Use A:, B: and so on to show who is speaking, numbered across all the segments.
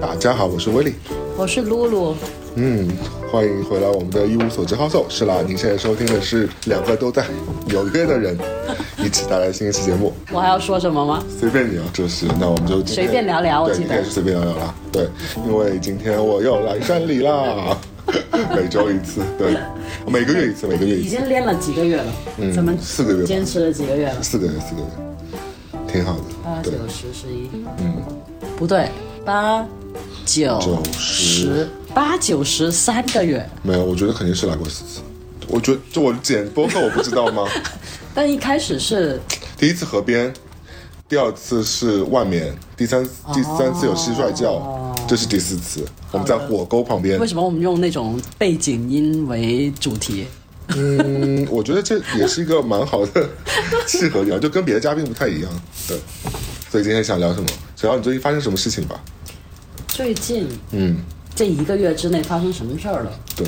A: 大家好，我是威利。
B: 我是露露，
A: 嗯，欢迎回来我们的一无所知 House。是啦，您现在收听的是两个都在纽约的人 一起带来新一期节目，
B: 我还要说什么吗？
A: 随便你啊，就是那我们就今天
B: 随便聊聊我
A: 对，
B: 记
A: 今
B: 得
A: 天是随便聊聊啦。对， 因为今天我又来山里啦， 每周一次， 对，每个月一次，每个月
B: 已
A: 一次，
B: 经练了几个月了，咱们
A: 嗯四个月吧
B: 坚持了几个月了，
A: 四个月，四个月，挺好
B: 八
A: 的，
B: 九
A: 对，
B: 十十一，嗯，不对，八九
A: 九十
B: 十八九十三个月，
A: 没有，我觉得肯定是来过四次。我觉得这我剪播客我不知道吗？
B: 但一开始是
A: 第一次河边，第二次是外面，第三第三次有蟋蟀叫，这是第四次。我们在火沟旁边
B: 哦为。什么我们用那种背景音为主题？
A: 嗯， 我觉得这也是一个蛮好的契合点，就跟别的嘉宾不太一样。对，所以今天想聊什么？想聊你最近发生什么事情吧。
B: 最近
A: 嗯，
B: 这一个月之内发生什么事儿了？
A: 对，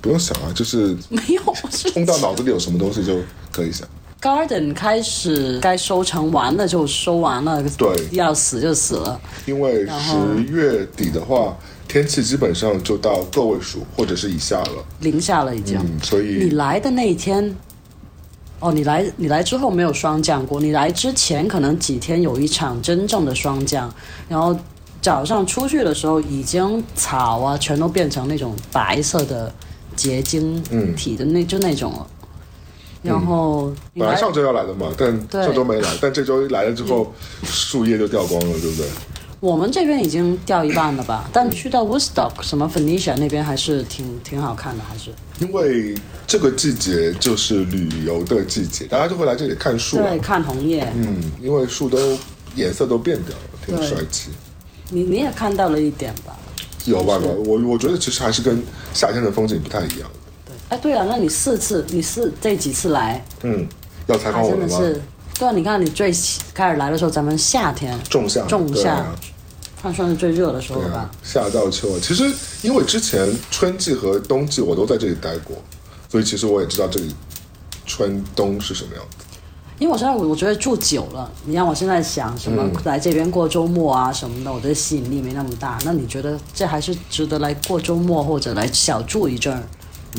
A: 不用想啊，就是
B: 没有，我是
A: 冲到脑子里有什么东西就可以想。
B: Garden 开始该收成完了就收完了，
A: 对
B: 要死就死了。
A: 因为
B: 后
A: 十月底的话，
B: 嗯
A: 天气基本上就到个位数或者是以下了。
B: 零下了已经。
A: 嗯，所
B: 你
A: 以
B: 来的那一天，哦，你来你来之后没有霜降过，你来之前可能几天有一场真正的霜降，然后早上出去的时候，已经草啊全都变成那种白色的结晶体的那、就那种了。嗯然后你
A: 本来
B: 来
A: 上周要来的嘛，但
B: 对嗯
A: 上周没来，但这周一来了之后，树叶就掉光了，对不对？
B: 我们这边已经掉一半了吧？但去到 Woodstock 什么 Phoenicia 那边还是挺挺好看的，还是
A: 因为这个季节就是旅游的季节，大家就会来这里看树了
B: 对。看红叶。
A: 嗯，因为树都颜色都变掉了，挺
B: 对
A: 帅气。
B: 你你也看到了一点吧？
A: 有办法，我我觉得其实还是跟夏天的风景不太一样。
B: 对，哎，对了，那你四次，你四这几次来，
A: 嗯，要采
B: 还
A: 访我
B: 真
A: 了
B: 的
A: 吗？
B: 是，对啊，你看你最起开始来的时候，咱们夏天
A: 仲夏，
B: 仲
A: 对
B: 夏
A: 啊，
B: 算算是最热的时候
A: 对
B: 了
A: 啊
B: 吧？，
A: 夏到秋啊。其实因为之前春季和冬季我都在这里待过，所以其实我也知道这里春冬是什么样子。
B: 因为我现在我我觉得住久了，你让我现在想什
A: 嗯
B: 么来这边过周末啊什么的，我觉得吸引力没那么大。那你觉得这还是值得来过周末或者来小住一阵儿？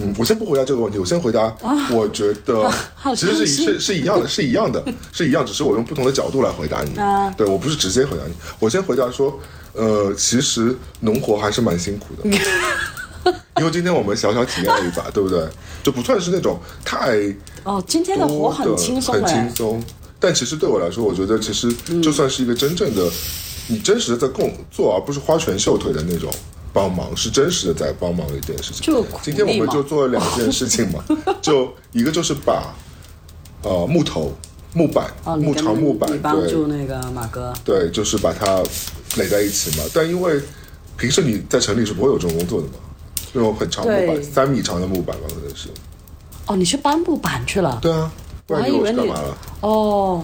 A: 嗯，我先不回答这个问题，我先回答，我觉得
B: 啊好
A: 其实是一
B: 伤心
A: 是是一样的，是一样的，是一样，只是我用不同的角度来回答你。
B: 啊
A: 对我不是直接回答你，我先回答说，呃，其实农活还是蛮辛苦 的，因为今天我们小小体验了一把，对不对？就不算是那种太
B: 哦，今天的活很轻松
A: 很
B: 哎嗯
A: 轻，松。但其实对我来说，我觉得其实就算是一个真正的，你真实的在工作，而不是花拳绣腿的那种帮忙，是真实的在帮忙的一件事情。
B: 就苦力嘛
A: 今天我们就做了两件事情 嘛，就一个就是把呃木头、木板、
B: 哦，你
A: 木
B: 跟
A: 朝木板
B: 你帮
A: 对
B: 助那个马哥，
A: 对，就是把它垒在一起嘛。但因为平时你在城里是不会有这种工作的嘛，那种很长的木板，
B: 对
A: 三米长的木板吧，可能是。
B: 哦，你去搬木板去了？
A: 对啊，不然
B: 我还
A: 你
B: 以
A: 我
B: 为
A: 去干
B: 你
A: 嘛了？
B: 哦，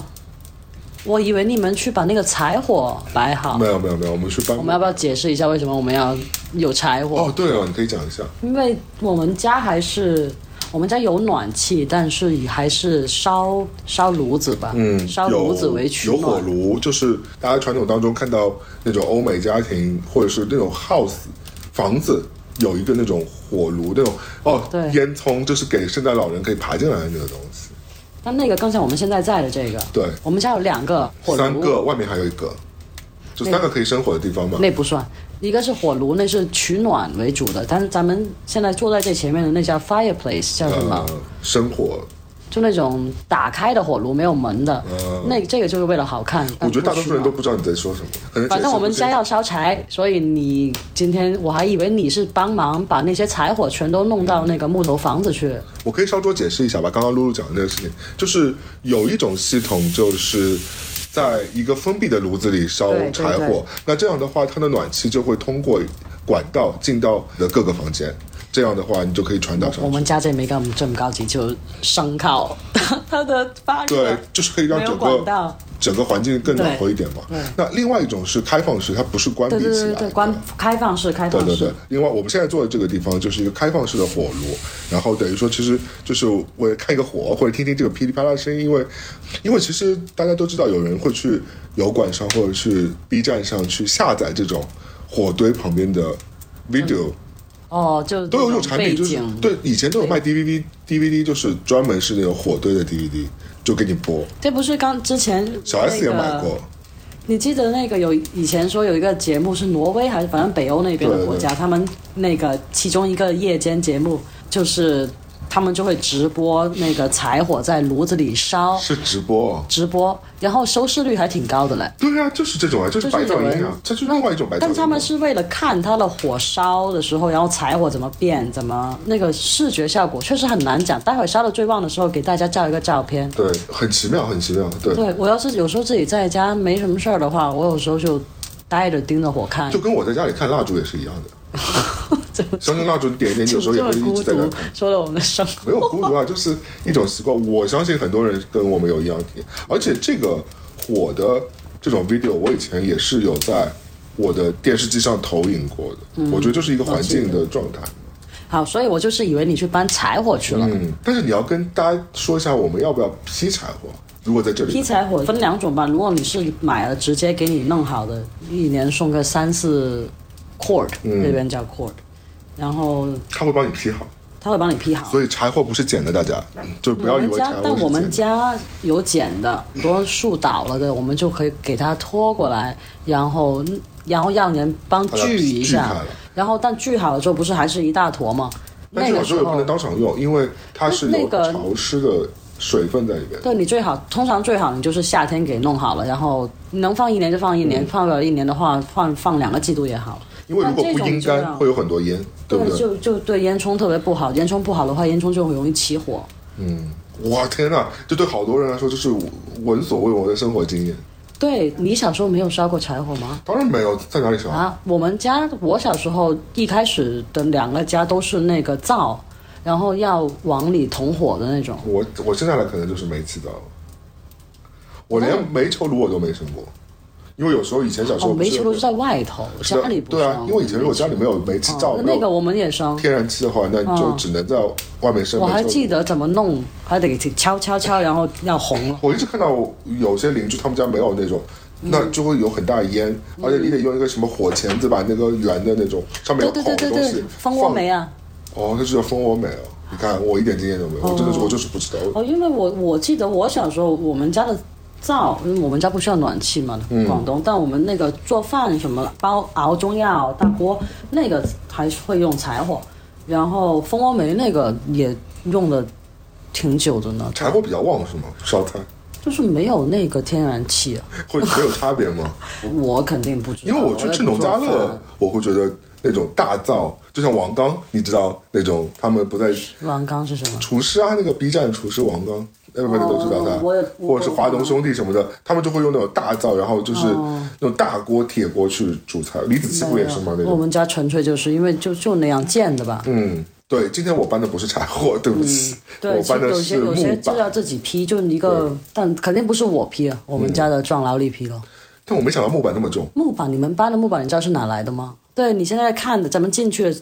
B: 我以为你们去把那个柴火摆好
A: 没。有没有没有，我们去搬
B: 啊我
A: 木
B: 们
A: 板
B: 要。不要解释一下为什么我们要有柴火？
A: 哦，对哦，你可以讲一下。
B: 因为我们家还是我们家有暖气，但是也还是烧烧炉子吧，
A: 嗯，
B: 烧
A: 有
B: 炉子为取
A: 有火
B: 暖。
A: 炉，就是大家传统当中看到那种欧美家庭或者是那种 house 房子有一个那种火炉，那种哦，
B: 对
A: 烟囱，就是给圣诞老人可以爬进来的那个东西。
B: 那那个刚才我们现在在的这个，
A: 对
B: 我们家有两个火
A: 三
B: 炉，
A: 个，外面还有一个，就三个可以生火的地方嘛。
B: 那不算。一个是火炉，那是取暖为主的，但是咱们现在坐在这前面的那叫 fireplace，叫什么？
A: 呃，生火，
B: 就那种打开的火炉，没有门的。
A: 嗯
B: 那这个就是为了好看。
A: 我觉得大多数人都
B: 但
A: 不
B: 不取暖
A: 知道你在说什么。可能这也
B: 反
A: 是
B: 正我们
A: 不
B: 家要烧柴，所以你今天我还以为你是帮忙把那些柴火全都弄到那个木头房子去。
A: 我可以稍作解释一下吧。刚刚露露讲的那个事情，就是有一种系统，就是在一个封闭的炉子里烧
B: 对对
A: 柴火
B: 对，
A: 那这样的话，它的暖气就会通过管道进到你的各个房间。这样的话，你就可以传导上
B: 我
A: 去。
B: 们家这没干这么高级，就生 烤，它的发热
A: 对，就是可以让
B: 没有
A: 整
B: 管
A: 个
B: 道。
A: 整个环境更暖和一点嘛
B: 对对。
A: 那另外一种是开放式，它不是关闭
B: 对对
A: 起
B: 对
A: 来
B: 对
A: 的
B: 对，。关开放式开放
A: 对对对
B: 式。，
A: 另外我们现在坐的这个地方就是一个开放式的火炉，然后等于说其实就是为了看一个火或者听听这个噼里啪啦的声音，因为因为其实大家都知道有人会去油管上或者去 B 站上去下载这种火堆旁边的 video，、
B: 哦，就
A: 都有一种产品，
B: 背
A: 就是
B: 景
A: 对以前都有卖 DVD DVD，就是专门是那种火堆的 DVD，就给你播。
B: 这不是刚之前
A: 小 S 也
B: 那个
A: 买过，
B: 你记得那个有以前说有一个节目是挪威还是反正北欧那边的国家，他们那个其中一个夜间节目就是他们就会直播那个柴火在炉子里烧
A: 是直播哦。
B: 直播，然后收视率还挺高的嘞。
A: 对啊，就是这种啊，就是
B: 就是
A: 白
B: 有
A: 噪音
B: 人
A: 啊，这就是另外一种白噪音。
B: 但他们是为了看它的火烧的时候，然后柴火怎么变，怎么那个视觉效果确实很难讲。待会儿烧的最旺的时候，给大家照一个照片。
A: 对，很奇妙，很奇妙。对，
B: 对我要是有时候自己在家没什么事儿的话，我有时候就呆着盯着火看
A: 就，跟我在家里看蜡烛也是一样的。 相信蜡烛点一点，有时候也
B: 这么
A: 会一
B: 孤
A: 直在那
B: 独
A: 看。，
B: 说了我们的生活。
A: 没有孤独啊，就是一种习惯。我相信很多人跟我们有一样的体验，而且这个火的这种 video，我以前也是有在我的电视机上投影过的。
B: 嗯
A: 我觉得就是一个环境的状态。
B: 好，所以我就是以为你去搬柴火去了。
A: 嗯，但是你要跟大家说一下，我们要不要劈柴火？如果在这
B: 劈
A: 里，
B: 柴火分两种吧，如果你是买了直接给你弄好的，一年送个三四 cord，、这
A: 嗯
B: 边叫 cord，然后
A: 他会帮你劈好。
B: 他会帮你劈好。
A: 所以柴火不是捡的，大家就不要
B: 我
A: 以
B: 们
A: 为
B: 家
A: 柴，火
B: 但
A: 是
B: 嗯我们
A: 捡的
B: 家有剪的，很多树倒了的，我们就可以给它拖过来，然后嗯然后让人帮
A: 它
B: 锯一
A: 锯
B: 下
A: 开了，
B: 然后但锯好了之后不是还是一大坨吗？
A: 但
B: 那
A: 是
B: 个
A: 有时
B: 时
A: 候也不
B: 候
A: 能当场用，因为它是有
B: 那个
A: 潮湿的水分在里面。
B: 对你最好，通常最好你就是夏天给弄好了，然后能放一年就放一
A: 嗯
B: 年，放不了一年的话，放放两个季度也好。
A: 因为如果
B: 但
A: 不
B: 这种
A: 阴
B: 就
A: 干，
B: 让
A: 会有很多烟，对不对？
B: 就就对烟囱特别不好，烟囱不好的话，烟囱就很容易起火。
A: 哇天呐，这对好多人来说就是闻所未闻的生活经验。
B: 对你小时候没有烧过柴火吗？
A: 当然没有，在哪里烧？
B: 啊，我们家我小时候一开始的两个家都是那个灶，然后要往里捅火的那种。
A: 我我生下来可能就是煤气灶，我连煤球炉我都没生过，因为有时候以前小时候
B: 哦，
A: 不
B: 煤
A: 是
B: 球炉是在外头，家里不
A: 对啊
B: 生，
A: 因为以前如果家里没有煤气灶，
B: 哦
A: 没
B: 那个
A: 有
B: 我们也生。
A: 天然气的话，那你就
B: 嗯
A: 只能在外面生煤
B: 我
A: 球炉。
B: 还记得怎么弄，还得给敲敲敲，然后要红了。
A: 我一直看到有些邻居他们家没有那种，
B: 嗯
A: 那就会有很大的烟，而且你得用一个什么火钳子把那个圆的那种上面
B: 对
A: 有孔
B: 对对
A: 的
B: 对
A: 东西
B: 对，蜂窝煤
A: 啊，
B: 啊。
A: 哦，那就叫蜂窝煤哦。你看我一点经验都没有，我真的是我就是不知道。
B: 哦，因为我我记得我小时候我们家的灶，因为我们家不需要暖气嘛，
A: 嗯
B: 广东，但我们那个做饭什么煲熬中药大锅那个还是会用柴火，然后蜂窝煤那个也用的挺久的呢，
A: 柴火比较旺是吗？烧菜
B: 就是没有那个天然气、啊，
A: 会会有差别 吗？
B: 我肯定不知道，
A: 因为我去
B: 在
A: 吃农家
B: 做饭
A: 乐，我会觉得那种大灶，就像王刚，你知道那种他们不在
B: 王刚是什么？
A: 厨师啊，那个 B 站厨师王刚，那边的都知道他，
B: 哦我也哦
A: 或者是华农兄弟什么的，他们就会用那种大灶，然后就是那种大锅铁锅去煮菜。李子柒不也是吗？那
B: 我
A: 种，
B: 们家纯粹就是因为就就那样建的吧。
A: 嗯，对。今天我搬的不是柴火，对不起，
B: 嗯对，
A: 我
B: 其
A: 搬
B: 实
A: 的
B: 有些
A: 是
B: 有些
A: 木
B: 就
A: 板。嗯
B: 要自己批，就是一个，但肯定不是我批啊，我们家的壮劳力批了。
A: 但我没想到木板那么重，
B: 木板，你们搬的木板，你知道是哪来的吗？对你现在看的，咱们进去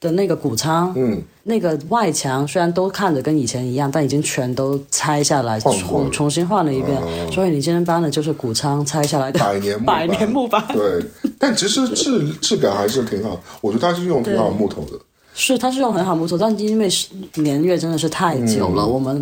B: 的那个谷仓，
A: 嗯，
B: 那个外墙虽然都看着跟以前一样，但已经全都拆下来，
A: 换过了
B: 重重新换了一遍。所以你今天搬的就是谷仓拆下来的
A: 百年木板
B: 百年木板。
A: 对。但其实质质感还是挺好，我觉得它是用挺好木头的。
B: 是，它是用很好木头，但因为是年月真的是太久了，我们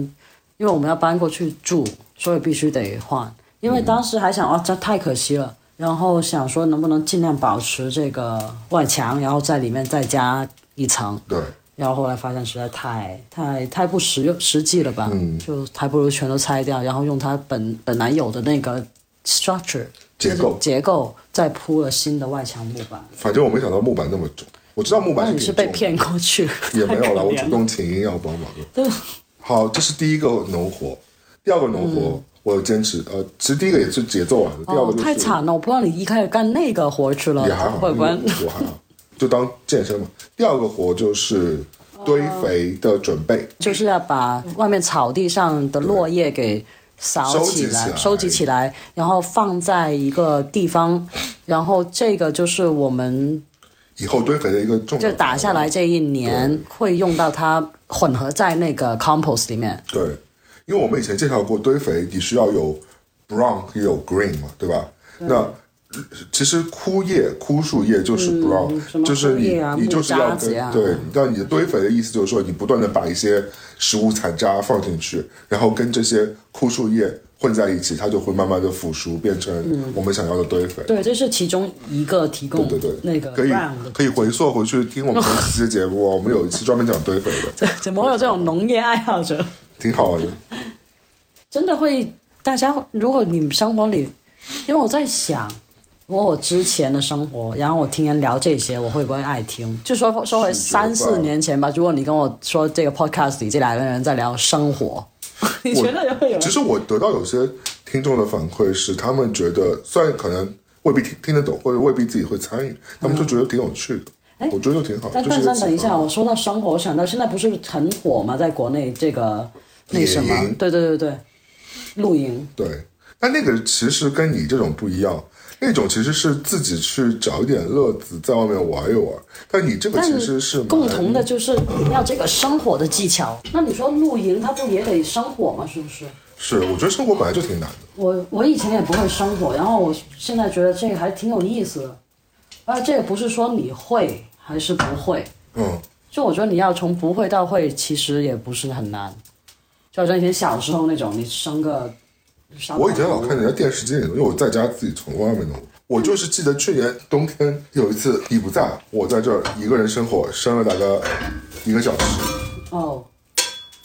B: 因为我们要搬过去住，所以必须得换。因为当时还想，哦，这太可惜了，然后想说能不能尽量保持这个外墙，然后在里面再加一层。
A: 对，
B: 然后后来发现实在太太太不实用实际了吧，就还不如全都拆掉，然后用它本本来有的那个 structure
A: 结构
B: 结构再铺了新的外墙木板。
A: 反正我没想到木板那么重。我知道木板是
B: 那你是
A: 挺
B: 被
A: 重的
B: 骗过去？
A: 也没有
B: 太
A: 了，
B: 可
A: 我
B: 怜
A: 主动请缨要帮忙的。
B: 对。
A: 好，这是第一个农活，第二个农活、我有坚持，呃，其实第一个也是节奏完的，第二
B: 嗯哦
A: 个，就是、
B: 太惨了！我不知道你一开始干那个活去了，
A: 也还好，
B: 会不会？
A: 因为我还好，就当健身嘛。第二个活就是
B: 哦
A: 堆肥的准备，
B: 就是要把外面草地上的落叶给扫起
A: 收集起
B: 来
A: 来、
B: 收集起来，然后放在一个地方，然后这个就是我们
A: 以后堆肥的一个重要
B: 就打下来这一年会用到它，混合在那个 compost 里面。
A: 对，因为我们以前介绍过堆肥，你需要有 brown 也有 green 嘛，对吧？那其实枯叶、枯树叶就是不让，
B: 嗯
A: 就是你、
B: 什么枯叶啊
A: 你就是要跟
B: 木渣子啊
A: 对，让你的堆肥的意思就是说，你不断的把一些食物残渣放进去，然后跟这些枯树叶混在一起，它就会慢慢的腐熟，变成我们想要的堆肥。
B: 嗯对，这是其中一个提供
A: 对对对，
B: 那个
A: 可以
B: round 的。
A: 可以回溯回去听 我们前期的节目哦，我们有一期专门讲堆肥的，
B: 对， 怎么会有这种农业爱好者？
A: 挺好玩的。
B: 真的会，大家如果你们生活里，因为我在想，我我之前的生活，然后我听人聊这些，我会不会爱听？就说说回
A: 是觉得吧
B: 三四年前吧，如果你跟我说这个 podcast 里这两个人在聊生活， 你觉得会有
A: 其实我得到有些听众的反馈是，他们觉得虽然可能未必听听得懂，或者未必自己会参与，他们就觉得挺有趣的。
B: 哎
A: 我觉得挺好，
B: 但
A: 就是
B: 范
A: 个
B: 三，
A: 启
B: 等一
A: 发
B: 下，我说到生活，我想到现在不是很火吗？在国内这个那什么
A: 野营，
B: 对对对对，露营，
A: 对，但那个其实跟你这种不一样，那种其实是自己去找一点乐子，在外面玩一玩。但你这个其实是蛮
B: 共同的就是要这个生火的技巧。那你说露营，它不也得生火吗？是不是？
A: 是，我觉得生活本来就挺难的。
B: 我我以前也不会生火，然后我现在觉得这个还挺有意思的，而且这也不是说你会还是不会，
A: 嗯，
B: 就我觉得你要从不会到会，其实也不是很难。就好像以前小时候那种，你生个烧烤
A: 我以前老看人家电视机里，因为我在家自己从外面弄。我就是记得去年冬天有一次你不在，我在这儿一个人生火，生了大概一个小时。
B: 哦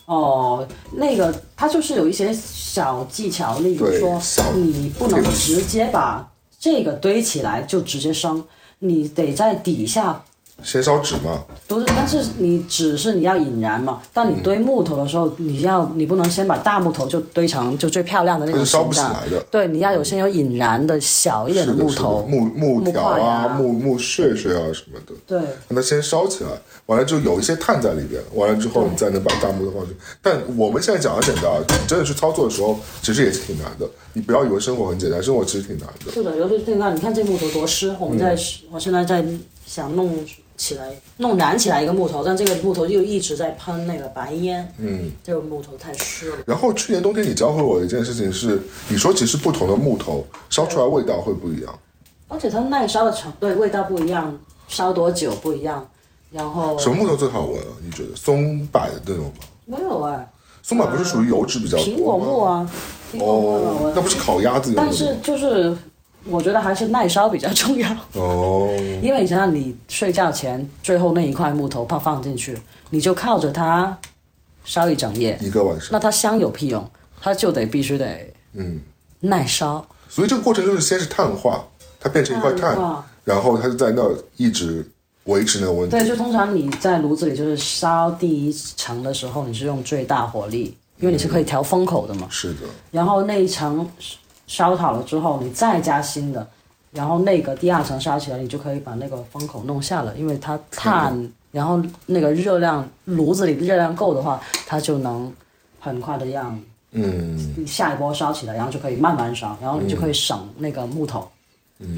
B: 哦，那个它就是有一些小技巧，例如
A: 对
B: 说
A: 小
B: 你不能
A: tips
B: 直接把这个堆起来就直接生，你得在底下
A: 先烧纸嘛，
B: 不是，但是你只是你要引燃嘛。但你堆木头的时候，你要你不能先把大木头就堆成就最漂亮的那
A: 它
B: 种
A: 是烧不
B: 形状
A: 起来的
B: 对，你要有先有引燃的小一点
A: 是的
B: 木
A: 是的
B: 头。
A: 木木条
B: 木块
A: 啊、
B: 呀
A: 木木屑屑啊什么的，
B: 对，
A: 让它先烧起来，完了就有一些碳在里边，完了之后你再能把大木头放进去。但我们现在讲的简单，啊，你真的去操作的时候，其实也是挺难的。你不要以为生活很简单，生活其实挺难的。
B: 是的，尤其是这个，你看这木头多湿，我们在、我现在在
A: 嗯
B: 想弄起来，弄燃起来一个木头，但这个木头又一直在喷那个白烟，嗯，这个木头太湿了。
A: 然后去年冬天你教会我的一件事情是，你说其实不同的木头烧出来味道会不一样，
B: 而且它耐烧的程对味道不一样，烧多久不一样，然后
A: 什么木头最好闻啊？你觉得松柏的那种吗？
B: 没有啊，
A: 松柏不是属于油脂比较
B: 苹果
A: 多
B: 木
A: 吗？
B: 啊，苹果木啊
A: 哦，那不是烤鸭子用的
B: 但
A: 吗？
B: 是就是我觉得还是耐烧比较重要，
A: 哦，
B: 因为你想想你睡觉前最后那一块木头怕放进去，你就靠着它烧一整夜，
A: 一个晚上，
B: 那它香有屁用？它就得必须得
A: 嗯。
B: 耐烧。
A: 所以这个过程就是先是碳化，它变成一块碳，
B: 碳化
A: 然后它就在那儿一直维持那个温度。
B: 对，就通常你在炉子里就是烧第一层的时候，你是用最大火力，因为你是可以调风口的嘛。
A: 是的，
B: 然后那一层烧好了之后，你再加新的，然后那个第二层烧起来，你就可以把那个风口弄下了，因为它碳，然后那个热量，炉子里的热量够的话，它就能很快的让
A: 嗯，
B: 下一波烧起来，然后就可以慢慢烧，然后你就可以省那个木头，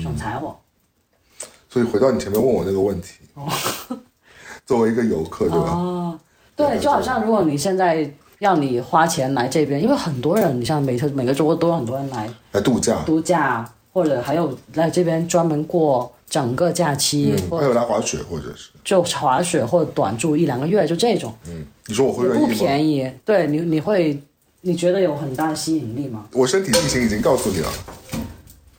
B: 省柴火。
A: 所以回到你前面问我那个问题，
B: 哦
A: 作为一个游客，对吧？
B: 对，就好像如果你现在要你花钱来这边，因为很多人，你像每次每个周末都有很多人来，
A: 来度假，
B: 度假，或者还有来这边专门过整个假期，
A: 嗯，
B: 或
A: 还有来滑雪，或者是，
B: 就滑雪或者短住一两个月，就这种
A: 嗯，你说我会
B: 也
A: 愿
B: 不
A: 意吗？
B: 便宜。对你，你会你觉得有很大的吸引力吗？
A: 我身体力行已经告诉你了，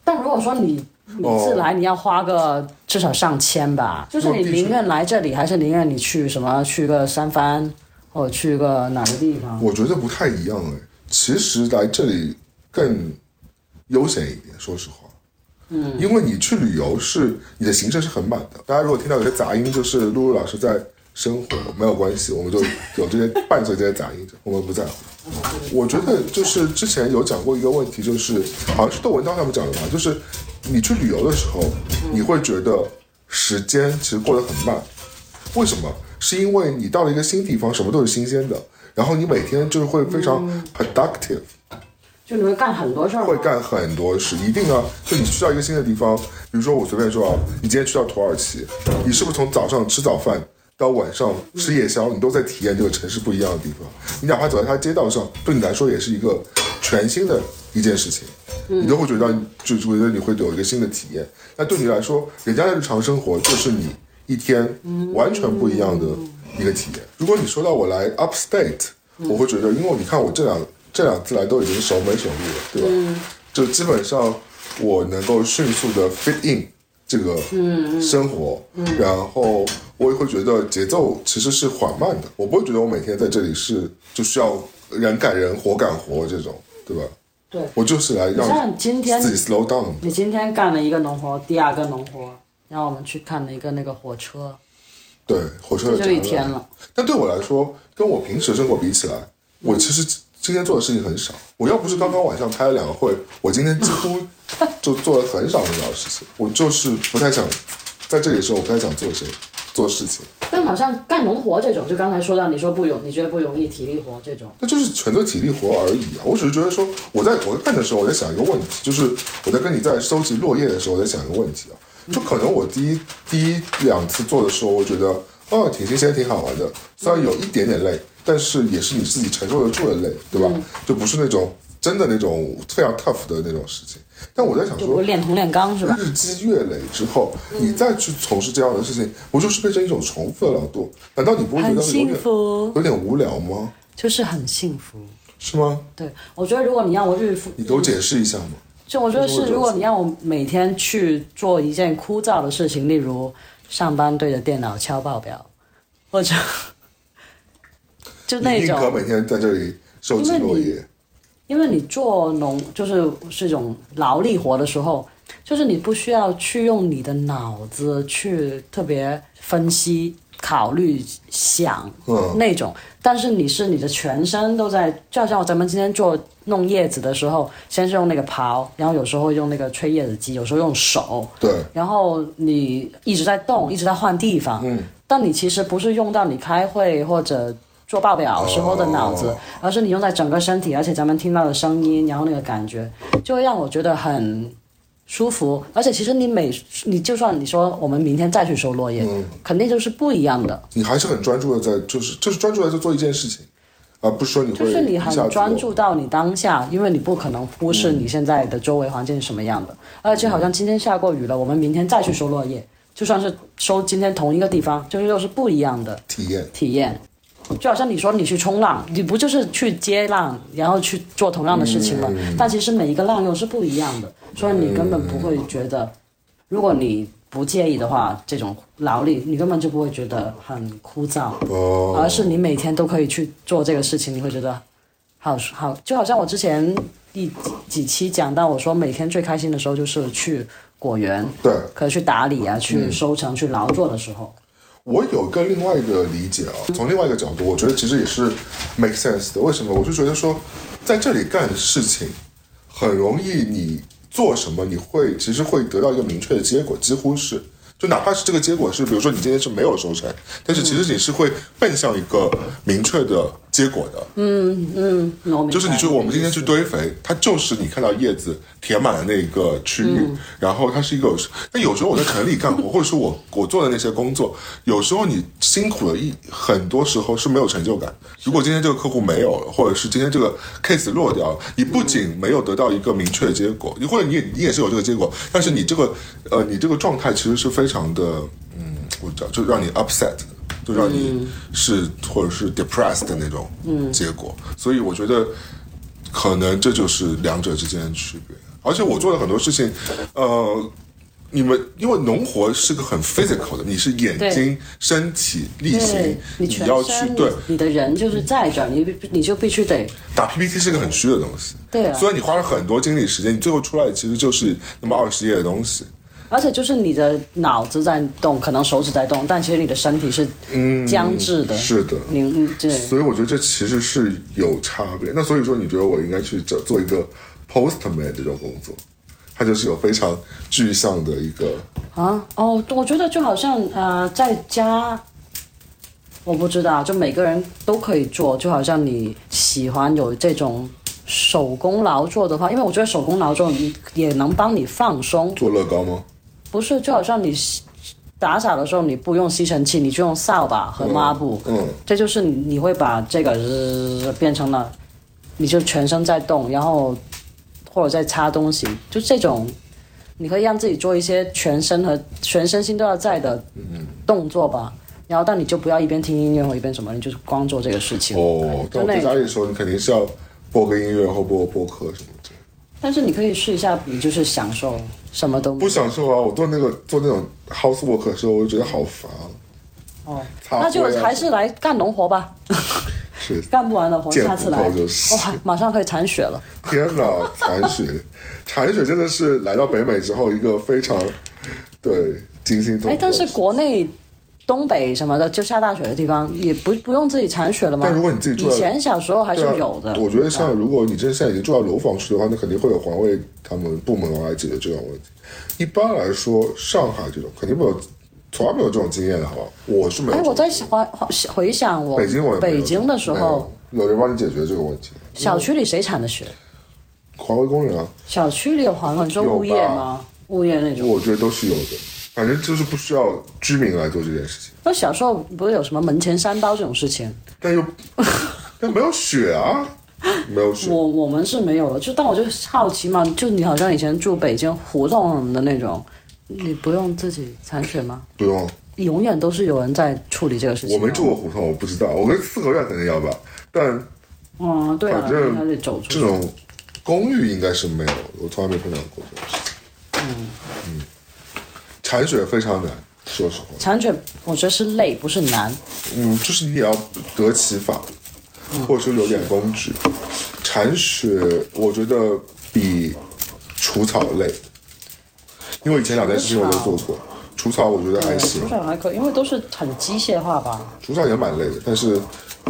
B: 但如果说你每次来，你要花个至少上千吧，就是你宁愿来这里，还是宁愿你去什么去个三藩，或者去个哪个地方？
A: 我觉得不太一样哎。其实来这里更悠闲一点，说实话。嗯，因为你去旅游是你的行程是很满的。大家如果听到有些杂音，就是露露老师在生活，没有关系，我们就有这些伴随这些杂音，我们不在乎。我觉得就是之前有讲过一个问题，就是好像是窦文涛他们讲的吧，就是你去旅游的时候，你会觉得时间其实过得很慢，为什么？是因为你到了一个新地方，什么都是新鲜的，然后你每天就会非常 productive，、
B: 就你会干很多事儿吗
A: 会干很多事，一定啊。就你去到一个新的地方，比如说我随便说啊，你今天去到土耳其，你是不是从早上吃早饭到晚上吃夜宵，你都在体验这个城市不一样的地方？你哪怕走在它街道上，对你来说也是一个全新的一件事情。你就会觉得就就觉得你会有一个新的体验。那对你来说，人家的日常生活就是你一天完全不一样的一个体验。如果你说到我来 Upstate，我会觉得，因为你看我这两这两次来都已经熟门熟路了，对吧？就基本上我能够迅速的 fit in 这个生活，然后我也会觉得节奏其实是缓慢的，我不会觉得我每天在这里是就需要人赶人、活赶活这种，对吧？
B: 对
A: 我就是来
B: 你
A: 让
B: 像今天
A: 自己 slow down 的。
B: 你今天干了一个农活，第二个农活，然后我们去看了一个那个火车，
A: 对，火车的
B: 这就一
A: 展览
B: 天了。
A: 但对我来说，跟我平时生活比起来，我其实今天做的事情很少。我要不是刚刚晚上开了两个会，我今天几 乎就做了很少很少的事情。我就是不太想在这里的时候，我不太想做事做事情。
B: 但好像干农活这种，就刚才说到你说不容，你觉得不容易，体力活这种，
A: 那就是纯粹体力活而已啊！我只是觉得说，我在我在看的时候，我在想一个问题，就是我在跟你在收集落叶的时候，我在想一个问题啊，就可能我第一第一两次做的时候，我觉得哦挺新鲜、挺好玩的，虽然有一点点累，但是也是你自己承受得住的累，对吧？就不是那种真的那种非常 tough 的那种事情。但我在想
B: 就
A: 说
B: 不，是练铜练钢是吧？
A: 日积月累之后，你再去从事这样的事情，不就是变成一种重复的劳动？难道你不会觉得
B: 很
A: 有
B: 幸
A: 点
B: 福，
A: 有点无聊吗？
B: 就是很幸福。
A: 是吗？
B: 对，我觉得如果你让我日复
A: 你给我解释一下嘛。
B: 就我觉得，
A: 就是是
B: 如果你让我每天去做一件枯燥的事情，例如上班对着电脑敲报表，或者 就那
A: 你宁可
B: 种，
A: 每天在这里收集落
B: 因
A: 叶，
B: 因为你做农就是是一种劳力活的时候，就是你不需要去用你的脑子去特别分析、考虑、想
A: 嗯
B: 那种，但是你是你的全身都在，就像咱们今天做弄叶子的时候，先是用那个刨，然后有时候用那个吹叶子机，有时候用手，
A: 对，
B: 然后你一直在动，一直在换地方，
A: 嗯，
B: 但你其实不是用到你开会或者做报表时候的脑子，
A: 哦
B: 而是你用在整个身体，而且咱们听到的声音，然后那个感觉，就会让我觉得很舒服。而且其实你每你就算你说我们明天再去收落叶，
A: 嗯
B: 肯定就是不一样的，
A: 你还是很专注的在，就是就是专注的在做一件事情，而不是说你
B: 就
A: 会
B: 是你
A: 一下
B: 很
A: 子
B: 专注到你当下，因为你不可能忽视你现在的周围环境是什么样的。而且好像今天下过雨了，我们明天再去收落叶，就算是收今天同一个地方，就是又是不一样的
A: 体验。
B: 体验。就好像你说你去冲浪，你不就是去接浪，然后去做同样的事情吗？但其实每一个浪又是不一样的，所以你根本不会觉得，如果你不介意的话，这种劳力你根本就不会觉得很枯燥。
A: 哦，
B: 而是你每天都可以去做这个事情，你会觉得好好，就好像我之前第几几期讲到，我说每天最开心的时候就是去果园，
A: 对，
B: 可以去打理啊，去收成、去劳作的时候，
A: 我有个另外一个理解啊，从另外一个角度，我觉得其实也是 make sense 的。为什么？我就觉得说，在这里干事情，很容易你做什么，你会其实会得到一个明确的结果，几乎是。就哪怕是这个结果是，比如说你今天是没有收成，但是其实你是会奔向一个明确的结果的。
B: 嗯我明白
A: 就是你去，我们今天去堆肥，它就是你看到叶子填满了那个区域，然后它是一个有时。但有时候我在城里干活，或者是我我做的那些工作，有时候你辛苦了一，很多时候是没有成就感。如果今天这个客户没有了，或者是今天这个 case 落掉了，你不仅没有得到一个明确的结果，你或者你也你也是有这个结果，但是你这个呃你这个状态其实是非常的嗯，我知道就让你 upset 的。就让你是、或者是 depressed 的那种结果。所以我觉得可能这就是两者之间的区别。而且我做了很多事情，呃，你们因为农活是个很 physical 的，你是眼睛、身体力行
B: 对，你
A: 你
B: 全
A: 要去
B: 身，
A: 对
B: 你的人就是在这儿，你必你就必须得
A: 打 PPT 是个很虚的东西。
B: 对啊
A: 虽然你花了很多精力时间，你最后出来的其实就是那么二十页的东西。
B: 而且就是你的脑子在动，可能手指在动，但其实你的身体是僵滞的。
A: 嗯是的，
B: 你你对，
A: 所以我觉得这其实是有差别。那所以说，你觉得我应该去做做一个 postman 这种工作，它就是有非常具象的一个
B: 啊，哦，我觉得就好像呃，在家，我不知道，就每个人都可以做，就好像你喜欢有这种手工劳作的话，因为我觉得手工劳作你也能帮你放松，
A: 做乐高吗？
B: 不是就好像你吸打扫的时候你不用吸尘器，你就用扫把和抹布，
A: 嗯，
B: 这就是你你会把这个、呃变成了，你就全身在动，然后或者在擦东西，就这种，你可以让自己做一些全身和全身心都要在的动作吧。然后，但你就不要一边听音乐或一边什么，你就是光做这个事情。
A: 哦，但我在家里的时候，你肯定是要播个音乐或播播客什么的。
B: 但是你可以试一下，你就是享受什么都没有
A: 不享受啊！我做那个做那种 house work 的时候，我就觉得好烦啊。
B: 哦，
A: 擦
B: 那就
A: 灰啊
B: 还是来干农活吧。
A: 是
B: 干不完的活，
A: 见
B: 下次
A: 不
B: 来。
A: 够就是
B: 哇，马上可以铲 雪了。
A: 天哪，铲雪，铲雪真的是来到北美之后一个非常对惊心动魄。
B: 哎，但是国内东北什么的，就下大雪的地方，也不不用自己铲雪了吗？
A: 嗯但如果你自己住
B: 以
A: 在
B: 前小时候还是
A: 对啊
B: 有的。嗯
A: 我觉得像如果你真现在已经住到楼房区的话，那肯定会有环卫他们部门来解决这种问题。一般来说，上海这种肯定没有，从来没有这种经验的，好吧？我是没有
B: 哎，
A: 这种。
B: 我在想回回想我
A: 北京我也没有
B: 北京的时候，
A: 没有有人帮你解决这个问题。
B: 小区里谁铲的雪？
A: 环卫工人啊，
B: 小区里有环卫，你说
A: 有吧
B: 物业吗？物业那种。
A: 我觉得都是有的，反正就是不需要居民来做这件事情，
B: 那小时候不是有什么门前三刀这种事情？
A: 但 又但没有雪啊，没有雪。
B: 我我们是没有的，就但我就好奇嘛，就你好像以前住北京胡同什么的那种，你不用自己铲雪吗？
A: 不用，
B: 永远都是有人在处理这个事情。
A: 我没住，过胡同，我不知道。我跟四合院肯定要吧，但
B: 嗯，对啊，
A: 反正
B: 还得走出
A: 这
B: 去。
A: 种公寓应该是没有，我从来没碰到过这种事情。嗯嗯，铲雪非常难，说实话，
B: 铲雪，我觉得是累，不是难。
A: 嗯，就是你也要得其法，或者说有点工具。铲雪我觉得比除草累，因为以前两件事情我都做过，除草我觉得还行
B: 不，是还可以，因为都是很机械化吧。
A: 除草也蛮累的，但是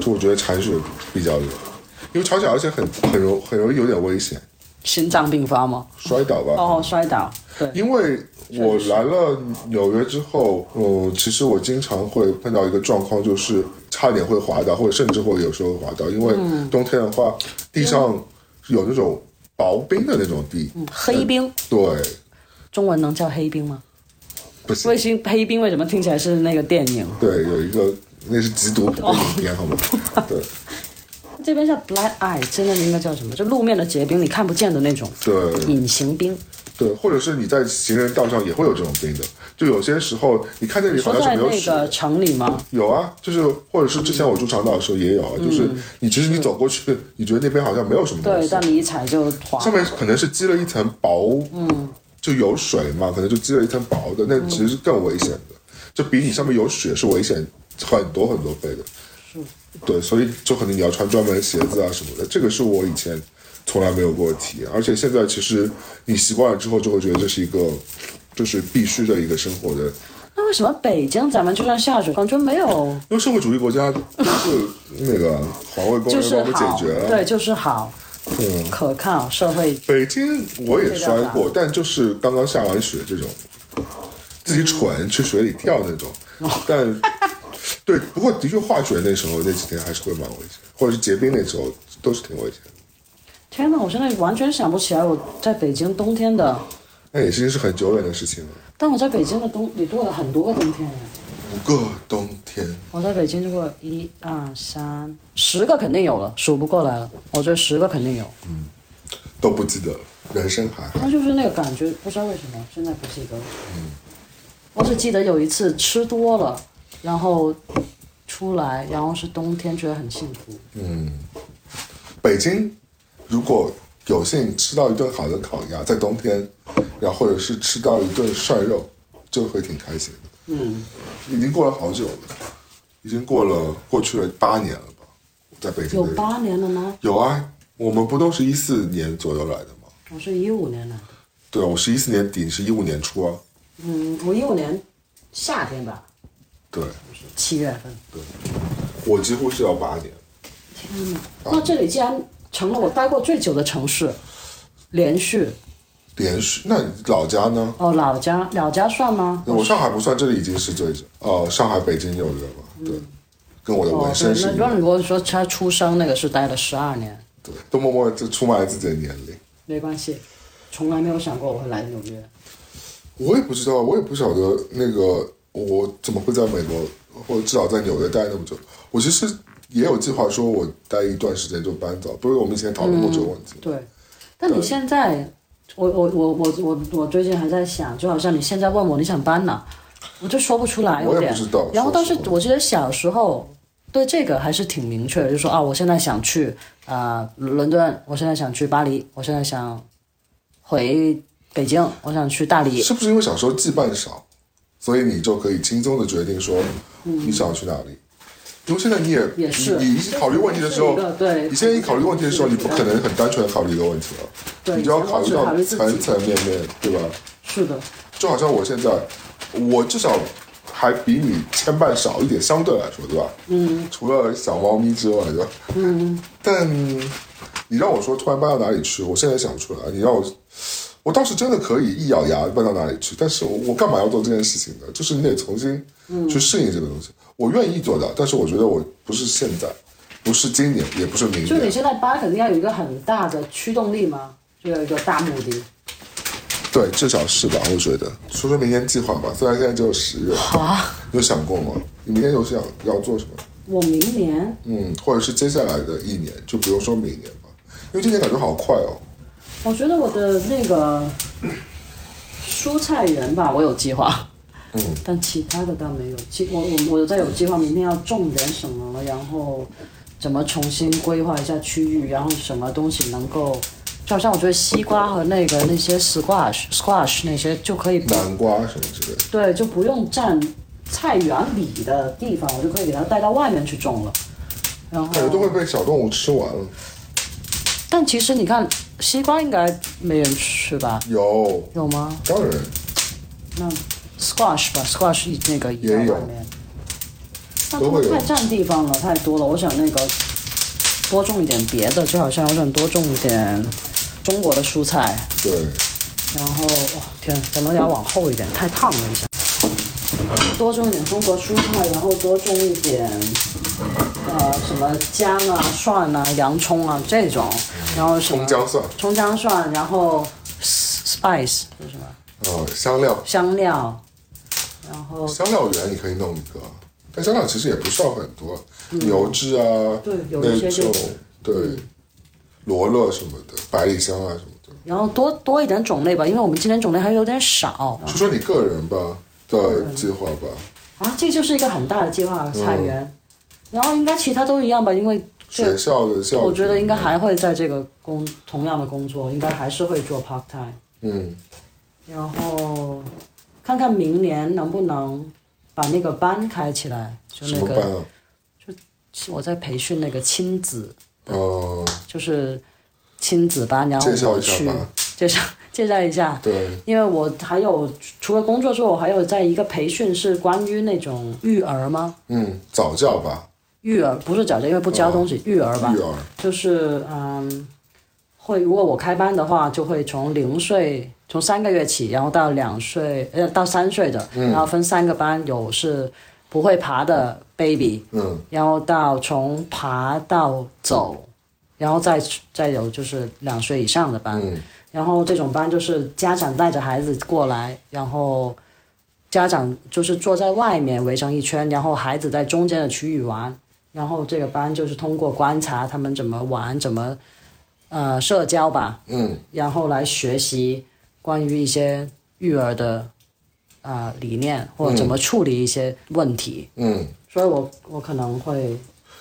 A: 就我觉得铲雪比较累，因为铲雪而且很很容很容易有点危险，
B: 心脏病发吗？
A: 摔倒吧。
B: 哦，摔倒。对，
A: 因为我来了纽约之后，嗯，其实我经常会碰到一个状况，就是差点会滑倒，或者甚至会有时候滑倒，
B: 嗯
A: 因为冬天的话，地上有那种薄冰的那种地，
B: 嗯黑冰，
A: 对，
B: 中文能叫黑冰吗？
A: 不行，
B: 卫星黑冰为什么听起来是那个电影？
A: 对，有一个那是缉毒的影片， 好吗？对
B: 这边叫 black eye，真的应该叫什么？就路面的结冰，你看不见的那种
A: 对
B: 隐形冰。
A: 对，或者是你在行人道上也会有这种冰的，就有些时候你看那里好
B: 说
A: 像
B: 在
A: 是没有
B: 那
A: 雪。
B: 个城里吗？
A: 有啊，就是或者是之前我住长岛的时候也有啊，就是你其实你走过去，你觉得那边好像没有什么东
B: 嗯对，
A: 西，
B: 但你一踩就滑
A: 上。面可能是积了一层薄，嗯，就有水嘛，可能就积了一层薄的，那
B: 嗯
A: 其实是更危险的，就比你上面有雪是危险很多很多倍的。对，所以就可能你要穿专门的鞋子啊什么的，这个是我以前从来没有过的体验，而且现在其实你习惯了之后，就会觉得这是一个就是必须的一个生活的，
B: 那为什么北京咱们就算下雪，感觉没有
A: 因为社会主义国家就是那个环卫工
B: 就
A: 人
B: 是
A: 帮我们
B: 好，
A: 解决了，
B: 对，就是好，
A: 嗯
B: 可靠，社会
A: 北京我也摔过，但就是刚刚下完雪这种，自己蠢去水里跳那种。
B: 哦
A: 但对，不过的确化雪那时候那几天还是会蛮危险，或者是结冰那时候都是挺危险的。
B: 天哪，我现在完全想不起来我在北京冬天的，
A: 那也是是很久远的事情了，
B: 但我在北京的冬里度了很多个冬天呀。
A: 五个冬天。
B: 我在北京度过一二三十个肯定有了，数不过来了。我觉得十个肯定有，
A: 都不记得了，人生还好。
B: 那就是那个感觉，不知道为什么现在不记得了。
A: 嗯
B: 我只记得有一次吃多了，然后出来，然后是冬天，觉得很幸福。
A: 嗯北京如果有幸吃到一顿好的烤鸭，在冬天，然后或者是吃到一顿涮肉，就会挺开心的。
B: 嗯，
A: 已经过了好久了，已经过了过去了八年了吧，在北京
B: 有
A: 的日子
B: 八年了吗？
A: 有啊，我们不都是一四年左右来的吗？
B: 我是一五年来的，
A: 对，啊我是一四年底，你是一五年初啊。
B: 嗯，我一五年夏天吧，
A: 对，
B: 七月份。
A: 我几乎是要八年。
B: 那这里竟然成了我待过最久的城市，连续
A: 连续，那你老家呢？
B: 哦，老家老家算吗？
A: 那我上海不算，这里已经是最哦，上海、北京、纽约嘛，对，跟我的
B: 哦
A: 纹，身
B: 对
A: 是
B: 那
A: 一
B: 那
A: 样，
B: 如果说他出生那个是待了十二年，
A: 对，都默默就出卖了自己的年龄。
B: 没关系，从来没有想过我会来纽约。
A: 我也不知道，我也不晓得那个我怎么会在美国，或者至少在纽约待那么久。我其实也有计划说，我待一段时间就搬走，不是我们以前讨论过这个问题。
B: 对，但你现在，我我我我我我最近还在想，就好像你现在问我你想搬哪，我就说不出来
A: 我
B: 有
A: 也
B: 点
A: 不知道。
B: 然后，但是
A: 说实话
B: 我记得小时候对这个还是挺明确的，就说啊，我现在想去啊、呃伦敦，我现在想去巴黎，我现在想回北京，我想去大理。
A: 是不是因为小时候羁绊少，所以你就可以轻松的决定说你想要去哪里？因为现在你也
B: 也是
A: 你你考虑问题的时候
B: 这是一个，对
A: 你现在一考虑问题的时候，你不可能很单纯地考虑一个问题了，
B: 对
A: 你就要
B: 以前
A: 考
B: 我
A: 虑
B: 只
A: 到
B: 考虑自
A: 层
B: 己
A: 层面面，对吧？
B: 是的，
A: 就好像我现在，我至少还比你牵绊少一点，相对来说，对吧？嗯。除了小猫咪之外，对吧？嗯。但你让我说突然搬到哪里去，我现在想不出来。你让我，我倒是真的可以一咬牙搬到哪里去，但是我我干嘛要做这件事情呢？就是你得重新去适应这个东西。我愿意做到，但是我觉得我不是现在，不是今年，也不是明
B: 就你
A: 年。
B: 现在搬肯定要有一个很大的驱动力嘛，就有一个大目的。
A: 对，至少是吧？我觉得。说说明年计划吧，虽然现在只有十月。
B: 好啊，
A: 你 有想过吗？你明年有想要做什么？
B: 我明年
A: 嗯，或者是接下来的一年，就不用说明年吧，因为今年感觉好快哦。
B: 我觉得我的那个蔬菜园吧，我有计划，
A: 嗯，
B: 但其他的倒没有。计我我我在有计划，明天要种点什么，然后怎么重新规划一下区域，然后什么东西能够，就好像我觉得西瓜和那个那些 squash squash 那些就可以不
A: 南瓜什么之类的，
B: 对，就不用占菜园里的地方，我就可以给它带到外面去种了。然后
A: 感觉都会被小动物吃完了。
B: 但其实你看，西瓜应该没人吃吧？
A: 有，
B: 有吗？
A: 当然，
B: 那 squash 吧，squash 那个移到
A: 也有
B: 外面，但
A: 都
B: 它
A: 会
B: 们
A: 有
B: 太占地方了，太多了。我想那个多种一点别的，就好像我想多种一点中国的蔬菜。
A: 对，
B: 然后，哇天，咱们要往后一点，太烫了一下。多种一点中国蔬菜，然后多种一点，呃，什么姜啊、蒜啊、洋葱啊这种，然后什么
A: 葱姜蒜
B: 葱姜蒜，然后 s- spice 是什么
A: 呃，香料，
B: 香料，然后
A: 香料园你可以弄一个，但香料其实也不需要很多，牛至啊，
B: 嗯对有一
A: 那
B: 些就嗯
A: 种，对，罗勒什么的，百里香啊什么的。
B: 然后多多一点种类吧，因为我们今天种类还有点少
A: 说说你个人吧的计划吧，
B: 啊。这就是一个很大的计划菜园，
A: 嗯
B: 然后应该其他都一样吧，因为
A: 学
B: 这
A: 校的校，
B: 我觉得应该，还会在这个工同样的工作，应该还是会做 part time，
A: 嗯，
B: 然后看看明年能不能把那个班开起来，就
A: 什
B: 那
A: 么班
B: 个
A: 啊？
B: 我在培训那个亲子，
A: 呃，
B: 就是亲子班，然后
A: 介绍
B: 我
A: 一下
B: 去
A: 吧
B: 介绍介绍一下，
A: 对，
B: 因为我还有除了工作之外，我还有在一个培训是关于那种育儿吗？
A: 嗯，早教吧，
B: 育儿不是讲这，因为不教东西，育儿吧
A: 育，儿，
B: 就是嗯，会如果我开班的话，就会从零岁，从三个月起，然后到两岁，呃，到三岁的，然后分三个班，有是不会爬的 baby，
A: 嗯，
B: 然后到从爬到走，然后再再有就是两岁以上的班，
A: 嗯
B: 然后这种班就是家长带着孩子过来，然后家长就是坐在外面围成一圈，然后孩子在中间的区域玩。然后这个班就是通过观察他们怎么玩，怎么呃社交吧，
A: 嗯，
B: 然后来学习关于一些育儿的啊、呃理念或者怎么处理一些问题。
A: 嗯，
B: 所以我我可能会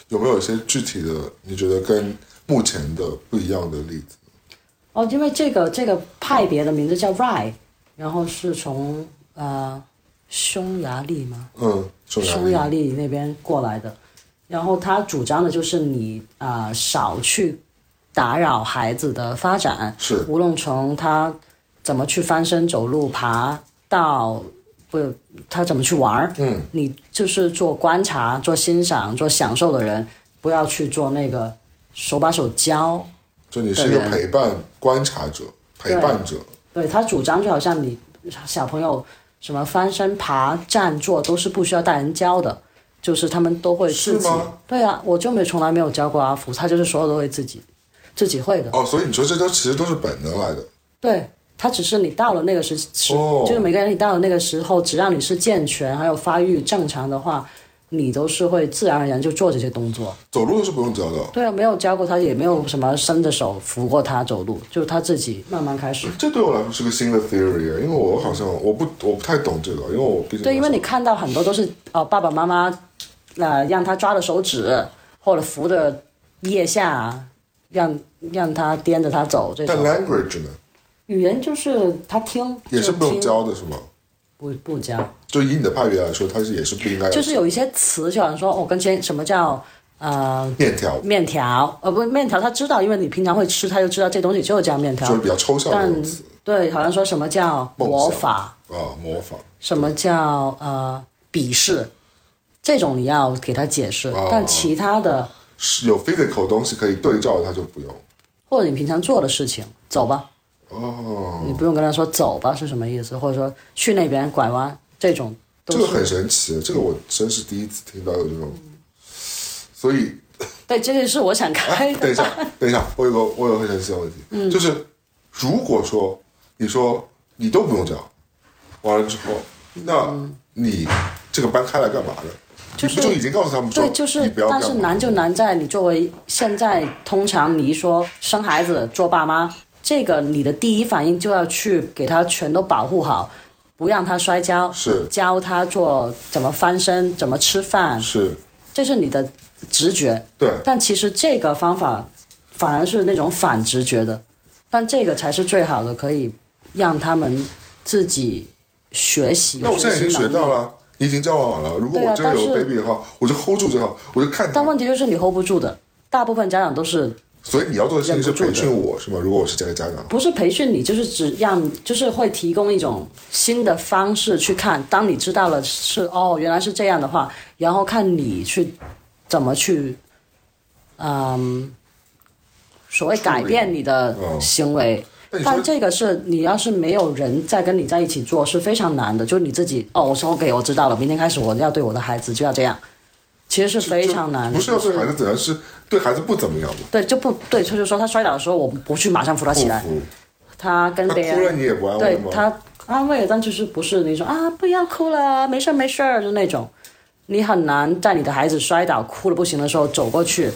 A: 有没有一些具体的你觉得跟目前的不一样的例子？
B: 哦，因为这个这个派别的名字叫 Rai，然后是从呃匈牙利吗？
A: 嗯，匈牙
B: 匈
A: 利，
B: 牙利那边过来的，然后他主张的就是你啊、呃少去打扰孩子的发展，
A: 是
B: 无论从他怎么去翻身、走路、爬到不他怎么去玩儿，
A: 嗯，
B: 你就是做观察、做欣赏、做享受的人，不要去做那个手把手教
A: 就你是一个陪伴观察者、陪伴者，
B: 对他主张就好像你小朋友什么翻身、爬、站、坐都是不需要大人教的，就是他们都会自己
A: 是吗。
B: 对啊，我就没从来没有教过阿福，他就是所有都会自己自己会的。
A: 哦，所以你说这都其实都是本能来的，
B: 对他只是你到了那个时时，
A: 哦
B: 就是每个人你到了那个时候，只要你是健全还有发育正常的话，你都是会自然而然就做这些动作。
A: 走路都是不用教的。
B: 对啊，没有教过他，也没有什么伸着手扶过他走路，就是他自己慢慢开始。
A: 这对我来说是个新的 theory，因为我好像我不我不太懂这个，因为我毕竟
B: 对，因为你看到很多都是呃爸爸妈妈，呃让他抓着手指或者扶着腋下，让让他颠着他走这
A: 但
B: 种。
A: language 呢
B: 语言就是他听，
A: 也是
B: 就
A: 不用
B: 听，
A: 教的是吗？
B: 不不教。
A: 就以你的派别来说，它是也是不应该
B: 就是有一些词，就好像说，我、跟谁什么叫呃
A: 面条，
B: 面条，呃不面条，他知道，因为你平常会吃，他就知道这东西就是叫面条
A: 就是。比较抽象的
B: 但
A: 那种词
B: 对，好像说什么叫
A: 梦
B: 魔
A: 想
B: 法，
A: 啊，模仿。
B: 什么叫呃鄙视，这种你要给他解释。
A: 哦
B: 但其他的
A: 是有 physical 东西可以对照，它就不用。
B: 或者你平常做的事情，走吧，
A: 哦，
B: 你不用跟他说走吧是什么意思，或者说去那边拐弯这种都
A: 这
B: 是
A: 个很神奇，这个我真是第一次听到有这种。所以，
B: 对，这个是我想开
A: 哎，
B: 的。
A: 等一下，等一下，我有个我有个很神奇的问题，
B: 嗯
A: 就是如果说你说你都不用教，完了之后，
B: 嗯
A: 那你这个班开来干嘛呢？
B: 就是
A: 你不就已经告诉他们说，
B: 对，就
A: 你
B: 是
A: 不要，干
B: 但
A: 嘛
B: 是难就难在你作为现在通常你一说生孩子做爸妈，这个你的第一反应就要去给他全都保护好，不让他摔跤，
A: 是
B: 教他做怎么翻身、怎么吃饭，
A: 是
B: 这是你的直觉。
A: 对
B: 但其实这个方法反而是那种反直觉的，但这个才是最好的，可以让他们自己学习。
A: 那我现在已经
B: 学
A: 学
B: 习能力
A: 到了，你已经教完我了。如果
B: 对
A: 我
B: 啊
A: 真的有
B: 但是
A: baby 的话，我就 hold 住这号，我就看
B: 但
A: 他。
B: 问题就是你 hold 不住的，大部分家长都是
A: 所以你要做的事情是
B: 忍不住
A: 培
B: 的
A: 训我是吗？如果我是这个家长，
B: 不是培训你，就是只让，就是会提供一种新的方式去看。当你知道了是哦，原来是这样的话，然后看你去怎么去，嗯，所谓改变你的
A: 嗯
B: 行为。
A: 那你说
B: 但这个是你要是没有人在跟你在一起做是非常难的，就是你自己哦，我说 OK，我知道了，明天开始我要对我的孩子就要这样，其实是非常难的，
A: 不是要对孩子怎样，是对孩子不怎么样嘛。
B: 对就不对，就是说他摔倒的时候我不去马上扶他
A: 不
B: 起来，
A: 服，
B: 他跟
A: 他
B: 别人
A: 哭了你也不安慰
B: 对
A: 吗？
B: 他安慰，但就是不是你说啊不要哭了，没事儿没事儿的那种，你很难在你的孩子摔倒哭的不行的时候走过去，